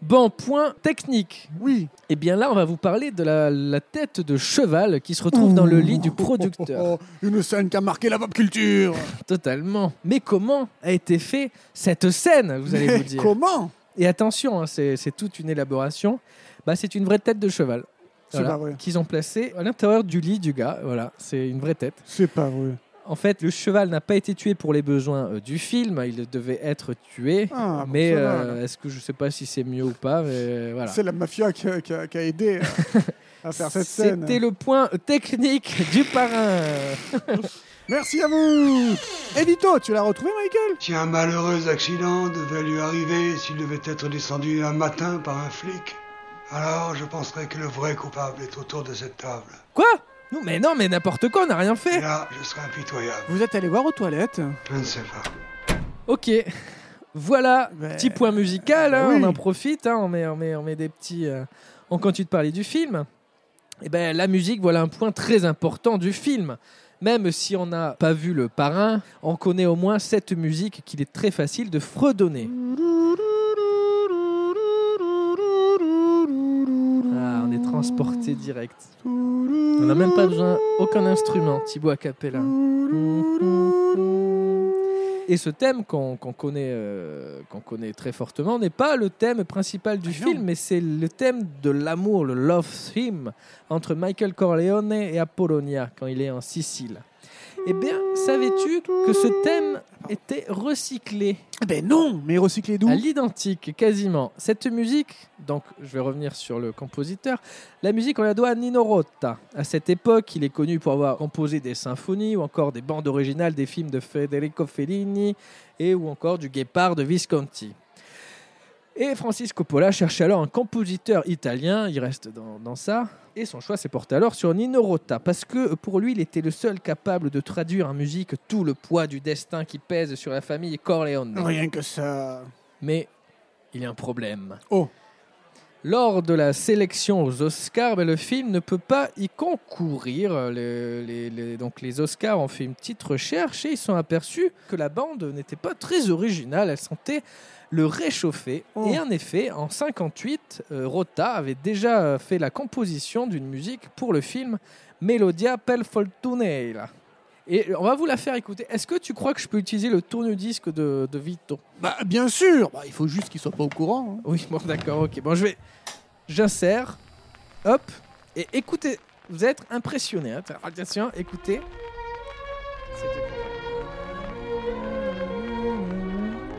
S2: Bon, point technique.
S3: Oui.
S2: Et bien là, on va vous parler de la, la tête de cheval qui se retrouve dans le lit du
S3: Oh,
S2: producteur.
S3: oh, oh, une scène qui a marqué la pop culture.
S2: Totalement. Mais comment a été fait cette scène Vous allez
S3: Mais
S2: vous dire.
S3: Comment
S2: Et attention, hein, c'est c'est toute une élaboration. Bah, c'est une vraie tête de cheval.
S3: C'est pas vrai.
S2: Qu'ils ont placée à l'intérieur du lit du gars. Voilà, c'est une vraie tête.
S3: C'est pas vrai.
S2: En fait, le cheval n'a pas été tué pour les besoins euh, du film. Il devait être tué.
S3: Ah, bon,
S2: mais
S3: ça va,
S2: euh,
S3: alors.
S2: est-ce que je sais pas si c'est mieux ou pas mais euh, voilà.
S3: C'est la mafia qui a, qui a- qui a aidé euh, à faire cette scène.
S2: C'était le point technique du parrain.
S3: Merci à vous Edito, tu l'as retrouvé, Michael
S11: Si un malheureux accident devait lui arriver s'il devait être descendu un matin par un flic, alors je penserais que le vrai coupable est autour de cette table.
S2: Quoi Non, mais non, mais n'importe quoi, on n'a rien
S11: Et
S2: fait.
S11: là, je serais impitoyable.
S3: Vous êtes allé voir aux toilettes
S11: Je ne sais pas.
S2: Ok. Voilà,
S3: Mais-
S2: petit point musical, hein,
S3: oui.
S2: on en profite, hein, on, met, on, met, on met des petits... euh, on continue de parler du film. Et ben, la musique, voilà un point très important du film. Même si on n'a pas vu le parrain, on connaît au moins cette musique qu'il est très facile de fredonner. Ah, on est transporté direct. On n'a même pas besoin aucun instrument, Thibaut a cappella. Et ce thème qu'on qu'on connaît, euh, qu'on connaît très fortement n'est pas le thème principal du
S3: non.
S2: film, mais c'est le thème de l'amour, le love theme, entre Michael Corleone et Apollonia quand il est en Sicile. Eh bien, savais-tu que ce thème était recyclé
S3: Ah Ben non, mais recyclé d'où
S2: à l'identique, quasiment. Cette musique, donc je vais revenir sur le compositeur, la musique on la doit à Nino Rota. À cette époque, il est connu pour avoir composé des symphonies ou encore des bandes originales des films de Federico Fellini et ou encore du Guépard de Visconti. Et Francis Coppola cherche alors un compositeur italien, il reste dans, dans ça, et son choix s'est porté alors sur Nino Rota, parce que pour lui, il était le seul capable de traduire en musique tout le poids du destin qui pèse sur la famille Corleone.
S3: Rien que ça.
S2: Mais il y a un problème.
S3: Oh.
S2: Lors de la sélection aux Oscars, ben, le film ne peut pas y concourir. Le- les, les- donc les Oscars ont fait une petite recherche et ils sont aperçus que la bande n'était pas très originale. Elle sentait le réchauffer.
S3: Oh.
S2: Et en effet, en 58, euh, Rota avait déjà euh, fait la composition d'une musique pour le film Melodia per Fortunella. Et on va vous la faire écouter. Est-ce que tu crois que je peux utiliser le tourne-disque de, de Vito
S3: Bah bien sûr Bah, Il faut juste qu'il soit pas au courant. hein.
S2: Oui, bon, d'accord, ok. Bon, je vais. J'insère. Hop. Et écoutez, vous allez être impressionné. Hein. Attention, écoutez.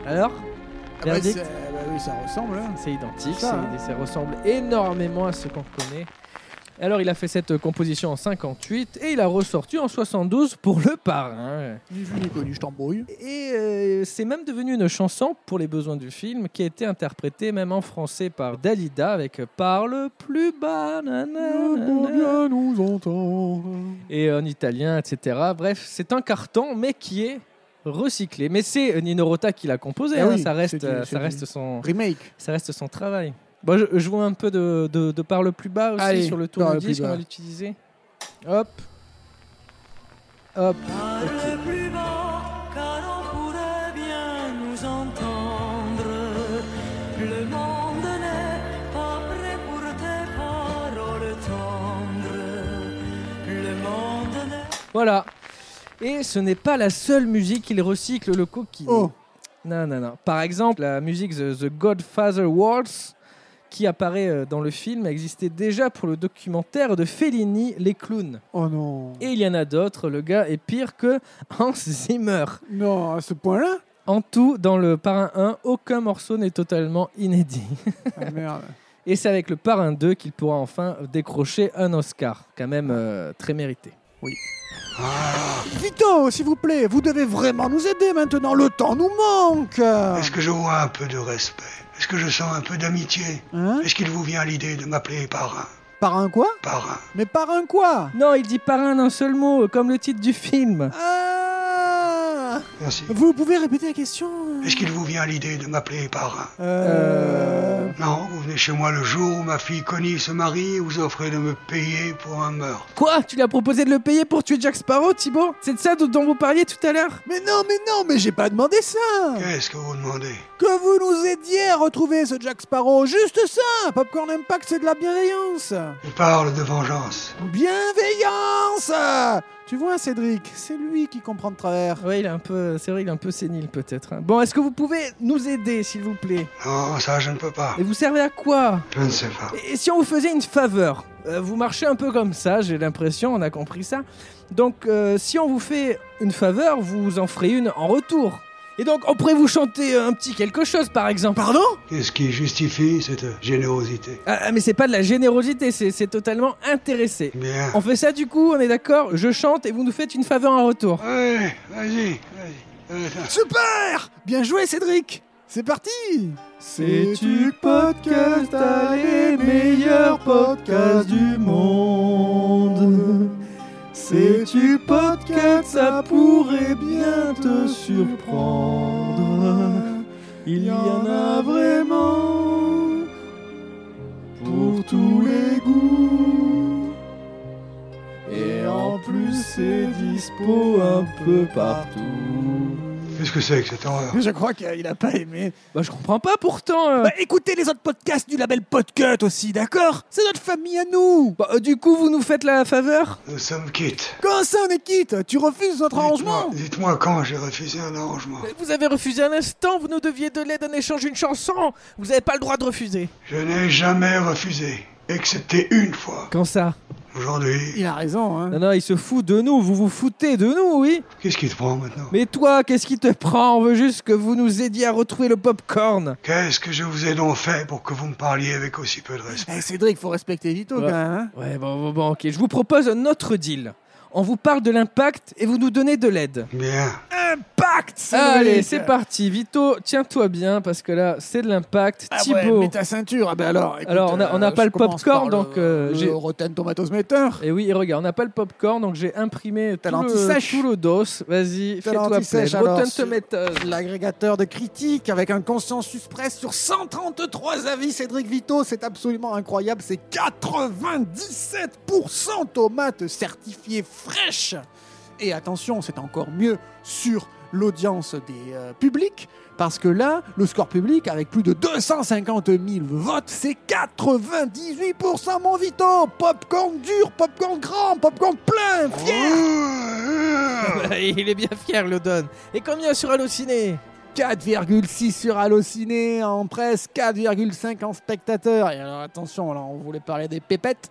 S2: Alors,
S3: Ah bah,
S2: Verdict
S3: c'est- bah oui, ça ressemble. hein.
S2: c'est identique,
S3: Ça, hein.
S2: c'est- ça, ressemble énormément à ce qu'on connaît. Alors, il a fait cette composition en 58 et il a ressorti en 72 pour le parrain.
S3: Ni vu ni connu, je t'embrouille.
S2: Et euh, c'est même devenu une chanson pour les besoins du film qui a été interprétée même en français par Dalida avec Parle plus bas. nanana.
S3: nous entendre.
S2: Et en italien, etc. Bref, c'est un carton mais qui est recyclé. Mais c'est Nino Rota qui l'a composé,
S3: Eh
S2: hein,
S3: oui,
S2: ça,
S3: c'est
S2: reste,
S3: du-
S2: euh,
S3: c'est
S2: ça,
S3: du-
S2: reste son,
S3: Remake.
S2: ça reste son travail. Bon, je, je vois un peu de, de, de Parle plus bas aussi
S3: Allez,
S2: sur le
S3: Parle
S2: tour
S3: plus
S2: disque, on va
S3: bas.
S2: l'utiliser. Hop. Hop. ok.
S12: plus bas, car on pourrait bien nous entendre. Le monde n'est pas prêt pour tes paroles tendres. Le monde n'est
S2: Voilà. Et ce n'est pas la seule musique qu'il recycle, le coquille.
S3: Oh
S2: Non, non, non. Par exemple, la musique The, The Godfather Waltz, qui apparaît euh, dans le film, existait déjà pour le documentaire de Fellini, Les Clowns.
S3: Oh non
S2: Et il y en a d'autres. Le gars est pire que Hans Zimmer.
S3: Non, à ce point-là
S2: En tout, dans le Parrain 1, aucun morceau n'est totalement inédit.
S3: Ah merde.
S2: Et c'est avec le Parrain 2 qu'il pourra enfin décrocher un Oscar, quand même euh, très mérité.
S11: Ah,
S3: Vito, s'il vous plaît, vous devez vraiment nous aider maintenant, le temps nous manque
S11: Est-ce que je vois un peu de respect Est-ce que je sens un peu d'amitié
S3: Hein
S11: Est-ce qu'il vous vient l'idée de m'appeler parrain
S3: Par un quoi
S11: Parrain
S3: Mais par un quoi
S2: Non, il dit Parrain d'un seul mot, euh, comme le titre du film.
S3: Ah
S11: Merci.
S3: Vous pouvez répéter la question
S11: Est-ce qu'il vous vient l'idée de m'appeler parrain
S3: Euh...
S11: Non, vous venez chez moi le jour où ma fille Connie se marie et vous offrez de me payer pour un meurtre.
S2: Quoi Tu lui as proposé de le payer pour tuer Jack Sparrow, Thibaut C'est de ça dont dont vous parliez tout à l'heure
S3: Mais non, mais non, mais j'ai pas demandé ça
S11: Qu'est-ce que vous demandez
S3: Que vous nous aidiez à retrouver ce Jack Sparrow, juste ça Popcorn Impact, c'est de la bienveillance
S11: Il parle de vengeance.
S3: Bienveillance Tu vois, Cédric, c'est lui qui comprend de travers.
S2: Oui, il est un peu, c'est vrai, il est un peu sénile peut-être. hein. Bon, est-ce que vous pouvez nous aider, s'il vous plaît
S11: Non, ça, je ne peux pas.
S2: Et vous servez à quoi
S11: Je ne sais pas.
S2: Et si on vous faisait une faveur Euh, Vous marchez un peu comme ça, j'ai l'impression, on a compris ça. Donc, euh, si on vous fait une faveur, vous en ferez une en retour. Et donc, on pourrait vous chanter un petit quelque chose, par exemple.
S3: Pardon
S11: Qu'est-ce qui justifie cette générosité
S2: Ah, ah, mais c'est pas de la générosité, c'est c'est totalement intéressé.
S11: Bien.
S2: On fait ça du coup, on est d'accord Je chante et vous nous faites une faveur en retour.
S11: Ouais, vas-y, vas-y. Euh, Attends.
S3: Super Bien joué, Cédric C'est parti
S2: C'est du podcast, t'as les meilleurs podcasts du monde. C'est du podcast, ça pourrait bien te surprendre. Il y en a vraiment pour tous les goûts. Et en plus, c'est dispo un peu partout.
S11: Qu'est-ce que c'est que cette horreur
S3: Je crois qu'il a pas aimé.
S2: Bah, je comprends pas pourtant. euh.
S3: Bah, écoutez les autres podcasts du label Podcut aussi, d'accord C'est notre famille à nous
S2: Bah, euh, du coup, vous nous faites la faveur
S11: Nous sommes quittes.
S3: Comment ça, on est quitte Tu refuses notre arrangement
S11: Dites-moi- Dites-moi quand j'ai refusé un arrangement.
S2: Vous avez refusé un instant, vous nous deviez de l'aide en échange d'une chanson. Vous n'avez pas le droit de refuser.
S11: Je n'ai jamais refusé, excepté une fois.
S2: Quand ça
S11: Aujourd'hui,
S3: Il a raison, hein
S2: Non, non, il se fout de nous, vous vous foutez de nous, oui.
S11: qu'est-ce qui te prend maintenant
S2: Mais toi, qu'est-ce qui te prend On veut juste que vous nous aidiez à retrouver le popcorn.
S11: Qu'est-ce que je vous ai donc fait pour que vous me parliez avec aussi peu de respect
S3: Eh, Cédric, faut respecter Vito,
S2: Ouais.
S3: quand même, hein
S2: Ouais, bon, bon, bon, ok. Je vous propose un autre deal. On vous parle de l'impact et vous nous donnez de l'aide.
S11: Bien.
S3: Impact, Cédric
S2: Ah, Allez, c'est parti. Vito, tiens-toi bien parce que là, c'est de l'impact.
S3: Ah ouais,
S2: Thibaut.
S3: mets ta ceinture. Ah ben alors, écoute,
S2: Alors, on a- on n'a
S3: euh,
S2: pas
S3: je
S2: le
S3: commence
S2: popcorn,
S3: par
S2: donc, euh,
S3: le
S2: j'ai-
S3: Rotten Tomatoes Meter.
S2: et oui, et regarde, on n'a pas le popcorn, donc j'ai imprimé tout
S3: T'as
S2: le,
S3: l'anti-sèche.
S2: tout le dos. Vas-y,
S3: T'as
S2: fais-toi
S3: l'anti-sèche,
S2: plaisir.
S3: alors,
S2: Rotten
S3: sur-
S2: Tomatoes.
S3: Euh, L'agrégateur de critiques avec un consensus presse sur 133 avis, Cédric Vito, c'est absolument incroyable. C'est 97% tomates certifiées fraîches. Et attention, c'est encore mieux sur l'audience des euh, publics. Parce que là, le score public, avec plus de 250 000 votes, c'est 98% mon Vito Popcorn dur, popcorn grand, popcorn plein, fier
S2: Il est bien fier, le Don. Et combien sur Allociné
S3: 4,6 sur Allociné en presse, 4,5 en spectateurs. Et alors attention, là, on voulait parler des pépettes.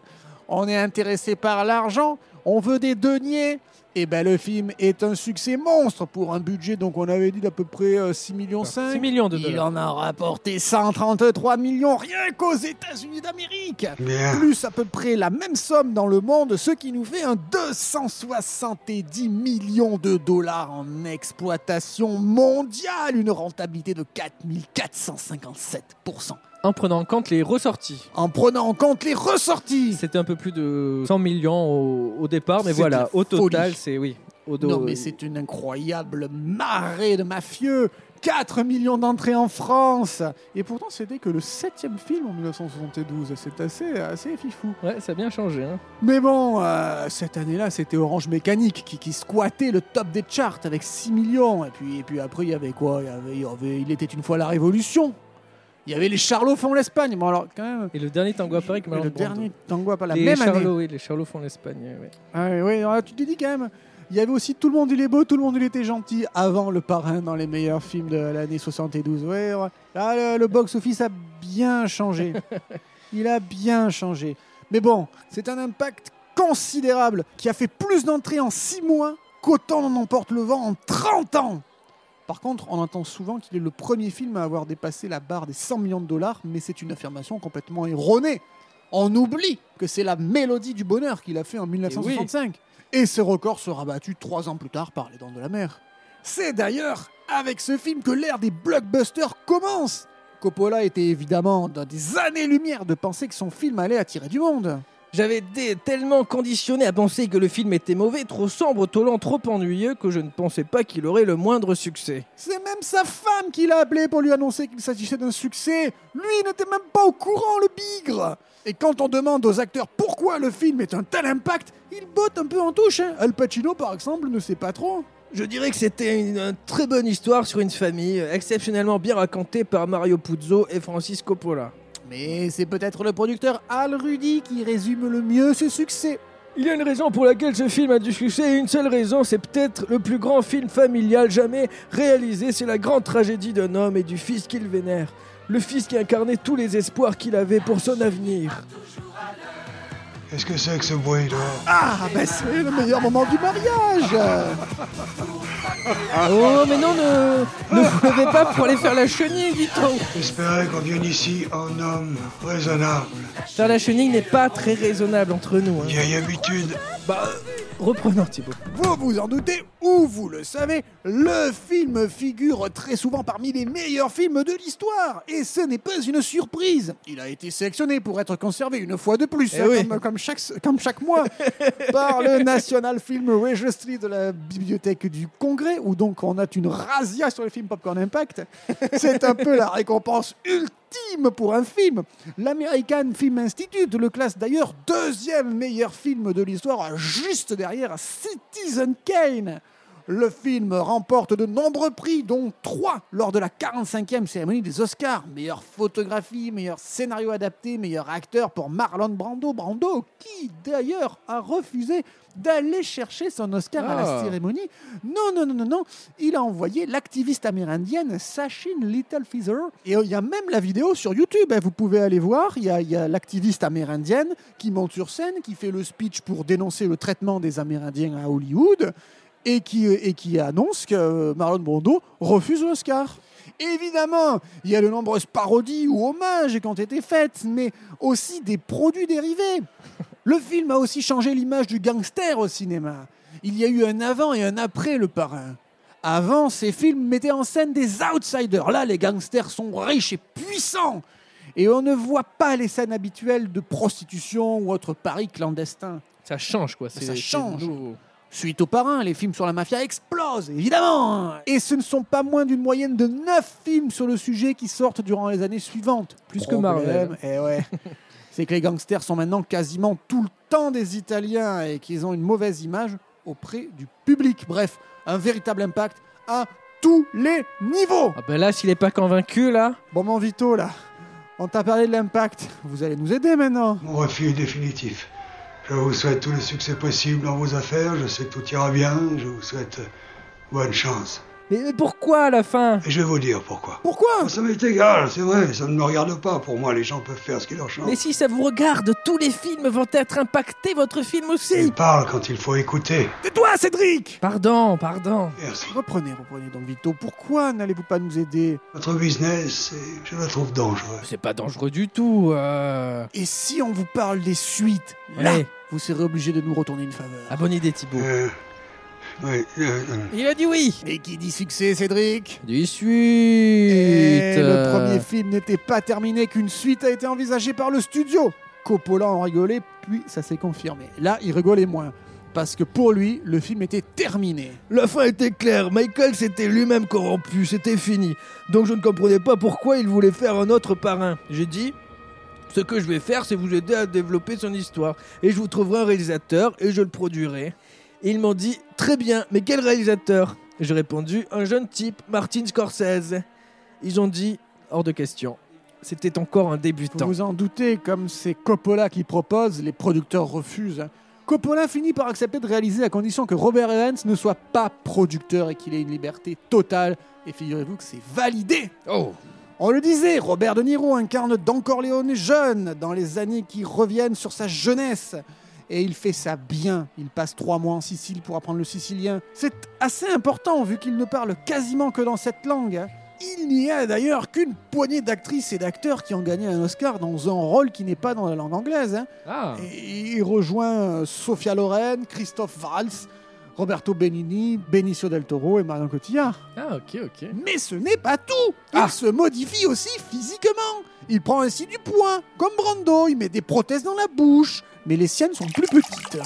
S3: On est intéressé par l'argent, on veut des deniers. Et ben le film est un succès monstre pour un budget, donc on avait dit d'à peu près euh, 6 millions 5.
S2: 6 millions de
S3: Il
S2: dollars.
S3: en a rapporté 133 millions rien qu'aux États-Unis d'Amérique.
S11: Bien.
S3: Plus à peu près la même somme dans le monde, ce qui nous fait un 270 millions de dollars en exploitation mondiale, une rentabilité de 4457%.
S2: En prenant en compte les ressorties.
S3: En prenant en compte les ressorties.
S2: C'était un peu plus de 100 millions au, au départ, mais
S3: C'est de
S2: voilà,
S3: la
S2: au total,
S3: folie.
S2: c'est oui. Au dos,
S3: Non mais c'est une incroyable marée de mafieux. 4 millions d'entrées en France Et pourtant, c'était que le septième film en 1972. C'est assez, assez fifou.
S2: Ouais, ça a bien changé. Hein.
S3: Mais bon, euh, cette année-là, c'était Orange Mécanique qui, qui squattait le top des charts avec 6 millions. Et puis, et puis après, il y avait quoi il y avait, il y avait Il était une fois la Révolution. Il y avait les Charlots font l'Espagne. Bon, alors, quand même.
S2: Et le dernier tango à Paris, que
S3: mais
S2: Marlon
S3: le
S2: Brando.
S3: dernier tango à pas la
S2: les
S3: même année.
S2: Charlots, oui, les Charlots font l'Espagne. ouais.
S3: Ah oui, oui, alors, tu te dis quand même. Il y avait aussi Tout le monde il est beau, tout le monde il était gentil avant le parrain dans les meilleurs films de l'année 72. Ouais, ouais. Là, le, le box-office a bien changé. il a bien changé. Mais bon, c'est un impact considérable qui a fait plus d'entrées en 6 mois qu'autant n'en emporte le vent en 30 ans. Par contre, on entend souvent qu'il est le premier film à avoir dépassé la barre des 100 millions de dollars, mais c'est une affirmation complètement erronée. On oublie que c'est la mélodie du bonheur qu'il a fait en 1965. Et, ce record sera battu trois ans plus tard par Les Dents de la Mer. C'est d'ailleurs avec ce film que l'ère des blockbusters commence. Coppola était évidemment dans des années-lumière de penser que son film allait attirer du monde.
S2: J'avais été tellement conditionné à penser que le film était mauvais, trop sombre, trop lent, trop ennuyeux, que je ne pensais pas qu'il aurait le moindre succès.
S3: C'est même sa femme qui l'a appelé pour lui annoncer qu'il s'agissait d'un succès. Lui il n'était même pas au courant, le bigre. Et quand on demande aux acteurs pourquoi le film est un tel impact, ils bottent un peu en touche. hein. Al Pacino, par exemple, ne sait pas trop.
S2: Je dirais que c'était une, une très bonne histoire sur une famille, euh, exceptionnellement bien racontée par Mario Puzo et Francis Coppola.
S3: Mais c'est peut-être le producteur Al Rudy qui résume le mieux ce succès.
S2: Il y a une raison pour laquelle ce film a du succès, et une seule raison, c'est peut-être le plus grand film familial jamais réalisé. C'est la grande tragédie d'un homme et du fils qu'il vénère. Le fils qui incarnait tous les espoirs qu'il avait pour son avenir.
S11: Qu'est-ce que c'est que ce bruit là
S3: Ah, ben c'est le meilleur moment du mariage
S2: Oh, mais non, ne, ne vous levez pas pour aller faire la chenille, Vito
S11: J'espérais qu'on vienne ici en homme raisonnable.
S2: Faire la chenille n'est pas très raisonnable entre nous. hein.
S11: Il y a une habitude.
S2: Bah, reprenons, Thibaut.
S3: Vous vous en doutez ou vous le savez, le film figure très souvent parmi les meilleurs films de l'histoire. Et ce n'est pas une surprise. Il a été sélectionné pour être conservé une fois de plus,
S2: Eh
S3: hein,
S2: oui.
S3: comme, comme chaque, comme chaque mois, par le National Film Registry de la Bibliothèque du Congrès, où donc on a une razzia sur les films Popcorn Impact. C'est un peu la récompense ultime pour un film. L'American Film Institute le classe d'ailleurs deuxième meilleur film de l'histoire, juste derrière Citizen Kane. Le film remporte de nombreux prix, dont trois lors de la 45e cérémonie des Oscars. Meilleure photographie, meilleur scénario adapté, meilleur acteur pour Marlon Brando. Brando, qui d'ailleurs a refusé d'aller chercher son Oscar à la
S2: Ah.
S3: cérémonie. Non, non, non, non, non. Il a envoyé l'activiste amérindienne Sachin Little Feather. Et euh, il y a même la vidéo sur YouTube. hein, vous pouvez aller voir. Il y a- il y a l'activiste amérindienne qui monte sur scène, qui fait le speech pour dénoncer le traitement des Amérindiens à Hollywood et qui, et qui annonce que euh, Marlon Brando refuse l'Oscar. Évidemment, il y a de nombreuses parodies ou hommages qui ont été faites, mais aussi des produits dérivés. Le film a aussi changé l'image du gangster au cinéma. Il y a eu un avant et un après le parrain. Avant, ces films mettaient en scène des outsiders. Là, les gangsters sont riches et puissants. Et on ne voit pas les scènes habituelles de prostitution ou autres paris clandestins.
S2: Ça change, quoi.
S3: Bah, Ça
S2: c'est-
S3: change.
S2: c'est nouveau.
S3: Suite au parrain, les films sur la mafia explosent, évidemment Et ce ne sont pas moins d'une moyenne de 9 films sur le sujet qui sortent durant les années suivantes.
S2: Plus que Marvel.
S3: Eh ouais. C'est que les gangsters sont maintenant quasiment tout le temps des Italiens et qu'ils ont une mauvaise image auprès du public. Bref, un véritable impact à tous les niveaux
S2: Ah ben là, s'il est pas convaincu, là...
S3: Bon, mon Vito, là, on t'a parlé de l'impact. Vous allez nous aider maintenant
S11: Mon refus est définitif. Je vous souhaite tout le succès possible dans vos affaires. Je sais que tout ira bien. Je vous souhaite bonne chance.
S2: Mais, mais pourquoi, à la fin
S11: Et je vais vous dire pourquoi. Oh,
S3: Pourquoi
S11: Ça m'est égal, c'est vrai, ça ne me regarde pas. Pour moi, les gens peuvent faire ce qu'ils leur chantent.
S2: Mais si ça vous regarde, tous les films vont être impactés, votre film aussi
S11: Ils parlent quand il faut écouter.
S3: Tais-toi, Ah, Cédric
S2: Pardon, pardon.
S11: Merci.
S3: Reprenez, reprenez donc, Vito. Pourquoi n'allez-vous pas nous aider
S11: Votre business, c'est- je le trouve dangereux.
S2: C'est pas dangereux du tout. euh.
S3: Et si on vous parle des suites, là,
S2: Allez.
S3: vous serez obligé de nous retourner une faveur.
S2: Ah, bonne idée, Thibaut.
S11: Euh, oui, euh, euh,
S2: Il a dit oui.
S3: Et qui dit succès, Cédric
S2: Du suite.
S3: Et le premier film n'était pas terminé qu'une suite a été envisagée par le studio. Coppola en rigolait, puis ça s'est confirmé. Là, il rigolait moins. Parce que pour lui, le film était terminé.
S2: La fin était claire, Michael s'était lui-même corrompu, c'était fini. Donc je ne comprenais pas pourquoi il voulait faire un autre parrain. J'ai dit, ce que je vais faire, c'est vous aider à développer son histoire. Et je vous trouverai un réalisateur et je le produirai. Et ils m'ont dit, très bien, mais quel réalisateur J'ai répondu, un jeune type, Martin Scorsese. Ils ont dit, hors de question. C'était encore un
S3: Vous
S2: débutant.
S3: vous en doutez, comme c'est Coppola qui propose, les producteurs refusent. Coppola finit par accepter de réaliser à condition que Robert Evans ne soit pas producteur et qu'il ait une liberté totale. Et figurez-vous que c'est validé
S2: Oh
S3: On le disait, Robert De Niro incarne Don Corleone jeune, dans les années qui reviennent sur sa jeunesse. Et il fait ça bien. Il passe trois mois en Sicile pour apprendre le sicilien. C'est assez important vu qu'il ne parle quasiment que dans cette langue. hein. Il n'y a d'ailleurs qu'une poignée d'actrices et d'acteurs qui ont gagné un Oscar dans un rôle qui n'est pas dans la langue anglaise. hein.
S2: Ah
S3: Et il rejoint euh, Sofia Loren, Christophe Valls, Roberto Benigni, Benicio del Toro et Marion Cotillard.
S2: Ah, ok, ok.
S3: Mais ce n'est pas tout Il
S2: Ah.
S3: se modifie aussi physiquement Il prend ainsi du poids, comme Brando, il met des prothèses dans la bouche, mais les siennes sont plus petites.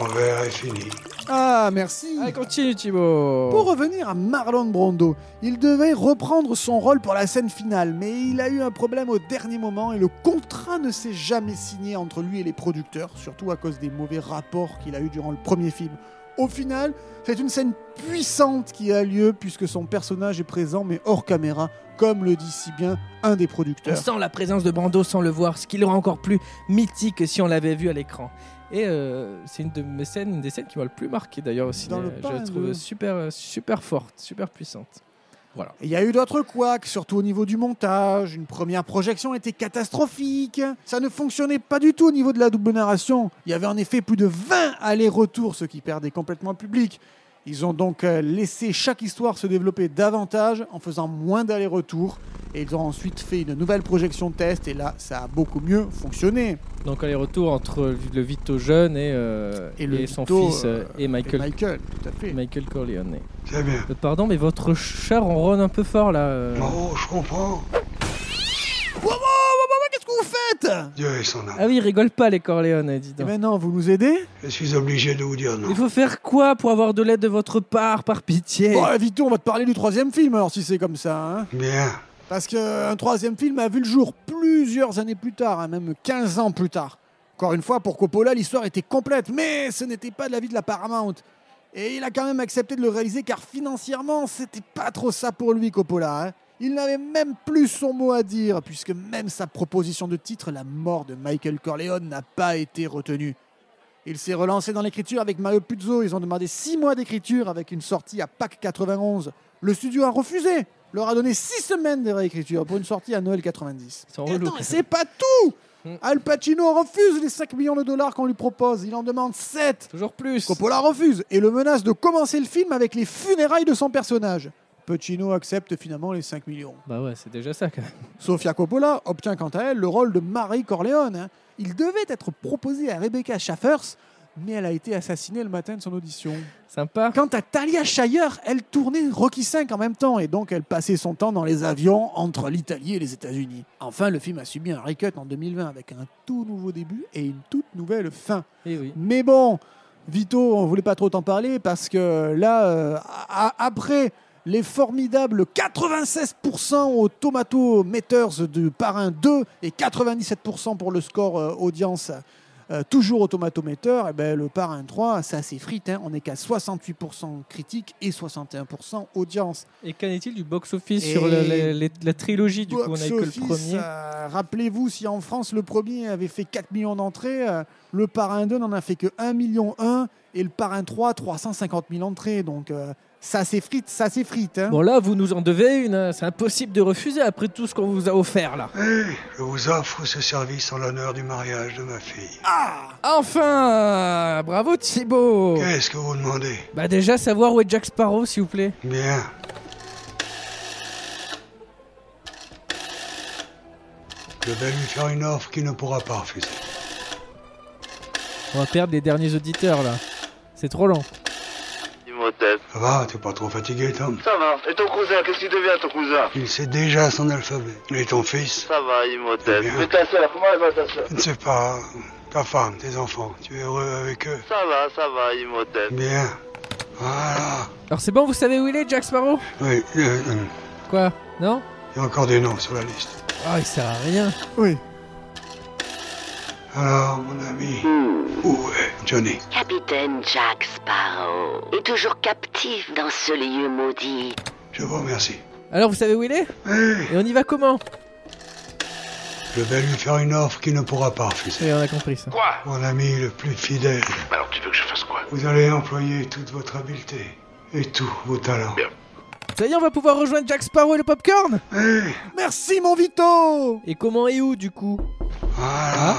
S11: Mon verre est fini.
S3: Ah, merci.
S2: continue, Thibaut.
S3: Pour revenir à Marlon Brando, il devait reprendre son rôle pour la scène finale, mais il a eu un problème au dernier moment et le contrat ne s'est jamais signé entre lui et les producteurs, surtout à cause des mauvais rapports qu'il a eu durant le premier film. Au final, c'est une scène puissante qui a lieu puisque son personnage est présent mais hors caméra, comme le dit si bien un des
S2: On
S3: producteurs.
S2: sent la présence de Brando sans le voir, ce qui le rend encore plus mythique que si on l'avait vu à l'écran. Et euh, c'est une de mes scènes, une des scènes qui m'a le plus marqué d'ailleurs aussi.
S3: Dans le
S2: Je
S3: pain,
S2: la trouve
S3: le-
S2: super, euh, super forte, super puissante.
S3: Il y a eu d'autres couacs, surtout au niveau du montage. Une première projection était catastrophique. Ça ne fonctionnait pas du tout au niveau de la double narration. Il y avait en effet plus de 20 allers-retours, ce qui perdait complètement le public. Ils ont donc euh, laissé chaque histoire se développer davantage en faisant moins d'allers-retours. Et ils ont ensuite fait une nouvelle projection test et là, ça a beaucoup mieux fonctionné.
S2: Donc aller-retour entre le Vito jeune et, euh,
S3: Et le
S2: et son
S3: Vito,
S2: fils euh, et
S3: Et
S2: Michael,
S3: Michael, tout à fait.
S2: Michael Corleone.
S11: C'est bien.
S2: Euh, Pardon, mais votre chat ronronne un peu fort là. euh.
S11: Oh, je comprends.
S3: Wow, wow, wow, wow, qu'est-ce que vous faites
S11: Dieu et son âme.
S2: Ah oui, ils rigolent pas les Corleone, dis
S3: Et
S2: donc.
S3: maintenant, vous nous aidez
S11: Je suis obligé de vous dire non.
S2: Il faut faire quoi pour avoir de l'aide de votre part, par pitié
S3: Bon, vite, Oh, on va te parler du troisième film, alors si c'est comme ça. hein.
S11: Bien.
S3: Parce qu'un troisième film a vu le jour plusieurs années plus tard, hein, même 15 ans plus tard. Encore une fois, pour Coppola, l'histoire était complète, mais ce n'était pas de la vie de la Paramount. Et il a quand même accepté de le réaliser car financièrement, c'était pas trop ça pour lui, Coppola. hein. Il n'avait même plus son mot à dire, puisque même sa proposition de titre, La mort de Michael Corleone, n'a pas été retenue. Il s'est relancé dans l'écriture avec Mario Puzo. Ils ont demandé six mois d'écriture avec une sortie à Pâques 91. Le studio a refusé. Leur a donné six semaines de réécriture pour une sortie à Noël 90.
S2: Ils sont
S3: Et
S2: relous,
S3: attends,
S2: quand
S3: c'est pas tout
S2: Mm.
S3: Al Pacino refuse les 5 millions de dollars qu'on lui propose. Il en demande 7.
S2: Toujours plus.
S3: Coppola refuse et le menace de commencer le film avec les funérailles de son personnage. Pacino accepte finalement les 5 millions.
S2: Bah ouais, c'est déjà ça quand même.
S3: Sofia Coppola obtient quant à elle le rôle de Marie Corleone. hein. Il devait être proposé à Rebecca Schaffers, mais elle a été assassinée le matin de son audition.
S2: Sympa.
S3: Quant à Talia Shire, elle tournait Rocky V en même temps et donc elle passait son temps dans les avions entre l'Italie et les États-Unis. Enfin, le film a subi un recut en 2020 avec un tout nouveau début et une toute nouvelle fin.
S2: Eh oui.
S3: Mais bon, Vito, on voulait pas trop t'en parler parce que là, euh, a- a- après les formidables 96% aux Tomato Meters du Parrain 2 et 97% pour le score euh, audience. euh, toujours au tomatometer, et ben, le parrain 3, ça s'effrite. hein. On est qu'à 68% critique et 61% audience.
S2: Et qu'en est-il du box-office
S3: Et-
S2: sur la, la- la- la trilogie Du coup, on
S3: Box
S2: a eu que le
S3: office,
S2: premier.
S3: euh, Rappelez-vous, si en France le premier avait fait 4 millions d'entrées, euh, le parrain 2 n'en a fait que 1 million 1 et le parrain 3 350 000 entrées. Donc euh, ça s'effrite, ça s'effrite. hein.
S2: Bon là, vous nous en devez une. hein. C'est impossible de refuser après tout ce qu'on vous a offert là.
S11: Eh, je vous offre ce service en l'honneur du mariage de ma fille.
S2: Enfin, euh, bravo Thibaut.
S11: Qu'est-ce que vous demandez
S2: Bah déjà savoir où est Jack Sparrow, s'il vous plaît.
S11: Bien. Je vais lui faire une offre qu'il ne pourra pas refuser.
S2: On va perdre les derniers auditeurs là. C'est trop lent.
S11: Ça va, t'es pas trop fatigué, Tom
S13: Ça va. Et ton cousin, qu'est-ce qu'il devient ton cousin
S11: Il sait déjà son alphabet. Et ton fils
S13: Ça va, Imhotep.
S11: Eh bien.
S13: Mais ta soeur, comment elle va ta soeur
S11: Je ne sais pas. Ta femme, tes enfants, tu es heureux avec eux
S13: Ça va, ça va, Imhotep.
S11: Bien. Voilà.
S2: Alors c'est bon, vous savez où il est, Jack Sparrow
S11: Oui, euh, euh,
S2: Quoi Non
S11: il y a encore des noms sur la liste.
S2: Ah, il sert à rien.
S3: Oui.
S11: Alors, mon ami, où est Johnny
S14: Capitaine Jack Sparrow est toujours captif dans ce lieu maudit.
S11: Je vous remercie.
S2: Alors vous savez où il est Et on y va comment
S11: Je vais lui faire une offre qu'il ne pourra pas refuser.
S2: Et on a compris ça.
S11: Quoi Mon ami le plus fidèle.
S4: Alors tu veux que je fasse quoi
S11: Vous allez employer toute votre habileté et tous vos talents.
S2: Ça y est, on va pouvoir rejoindre Jack Sparrow et le popcorn
S11: Eh,
S3: Merci mon Vito
S2: Et comment et où du coup
S11: voilà.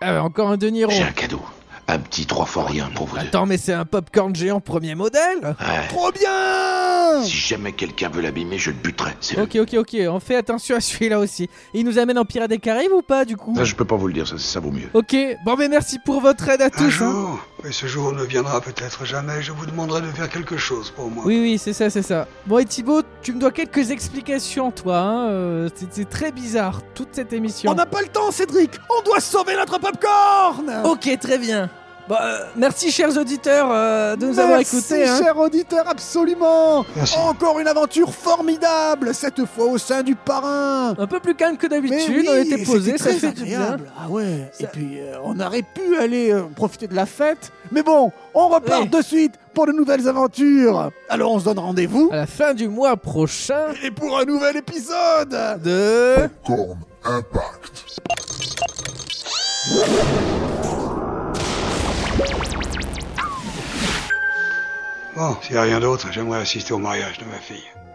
S2: Ah bah encore un denier
S4: J'ai un cadeau. Un petit trois fois rien pour vous deux.
S2: Attends, mais c'est un popcorn géant premier modèle
S4: Ouais.
S3: Trop bien
S4: Si jamais quelqu'un veut l'abîmer, je le buterai. C'est
S2: Ok, ok, ok, on fait attention à celui-là aussi. Il nous amène en Pirates des Caraïbes ou pas du coup
S4: Ça, Bah, je peux pas vous le dire, ça, ça vaut mieux.
S2: Ok, bon mais merci pour votre aide à
S11: Un
S2: tous. hein.
S11: jour, mais ce jour ne viendra peut-être jamais, je vous demanderai de faire quelque chose pour moi.
S2: Oui, oui, c'est ça, c'est ça. Bon, et Thibaut, tu me dois quelques explications, toi. Hein euh, c'est- c'est très bizarre, toute cette émission.
S3: On n'a pas le temps Cédric On doit sauver notre popcorn
S2: Ok, très bien. Bon, euh, merci, chers auditeurs, euh, de nous avoir
S3: Merci,
S2: écoutés. hein.
S3: cher auditeur, absolument
S2: Merci.
S3: Encore une aventure formidable, cette fois au sein du parrain
S2: Un peu plus calme que d'habitude, on était posé, ça fait du bien.
S3: Ah ouais, et puis euh, on aurait pu aller euh, profiter de la fête, mais bon, on repart de suite pour de nouvelles aventures Alors on se donne rendez-vous
S2: À la fin du mois prochain
S3: Et pour un nouvel épisode
S2: de...
S8: Popcorn Impact.
S11: Bon, s'il n'y a rien d'autre, j'aimerais assister au mariage de ma fille.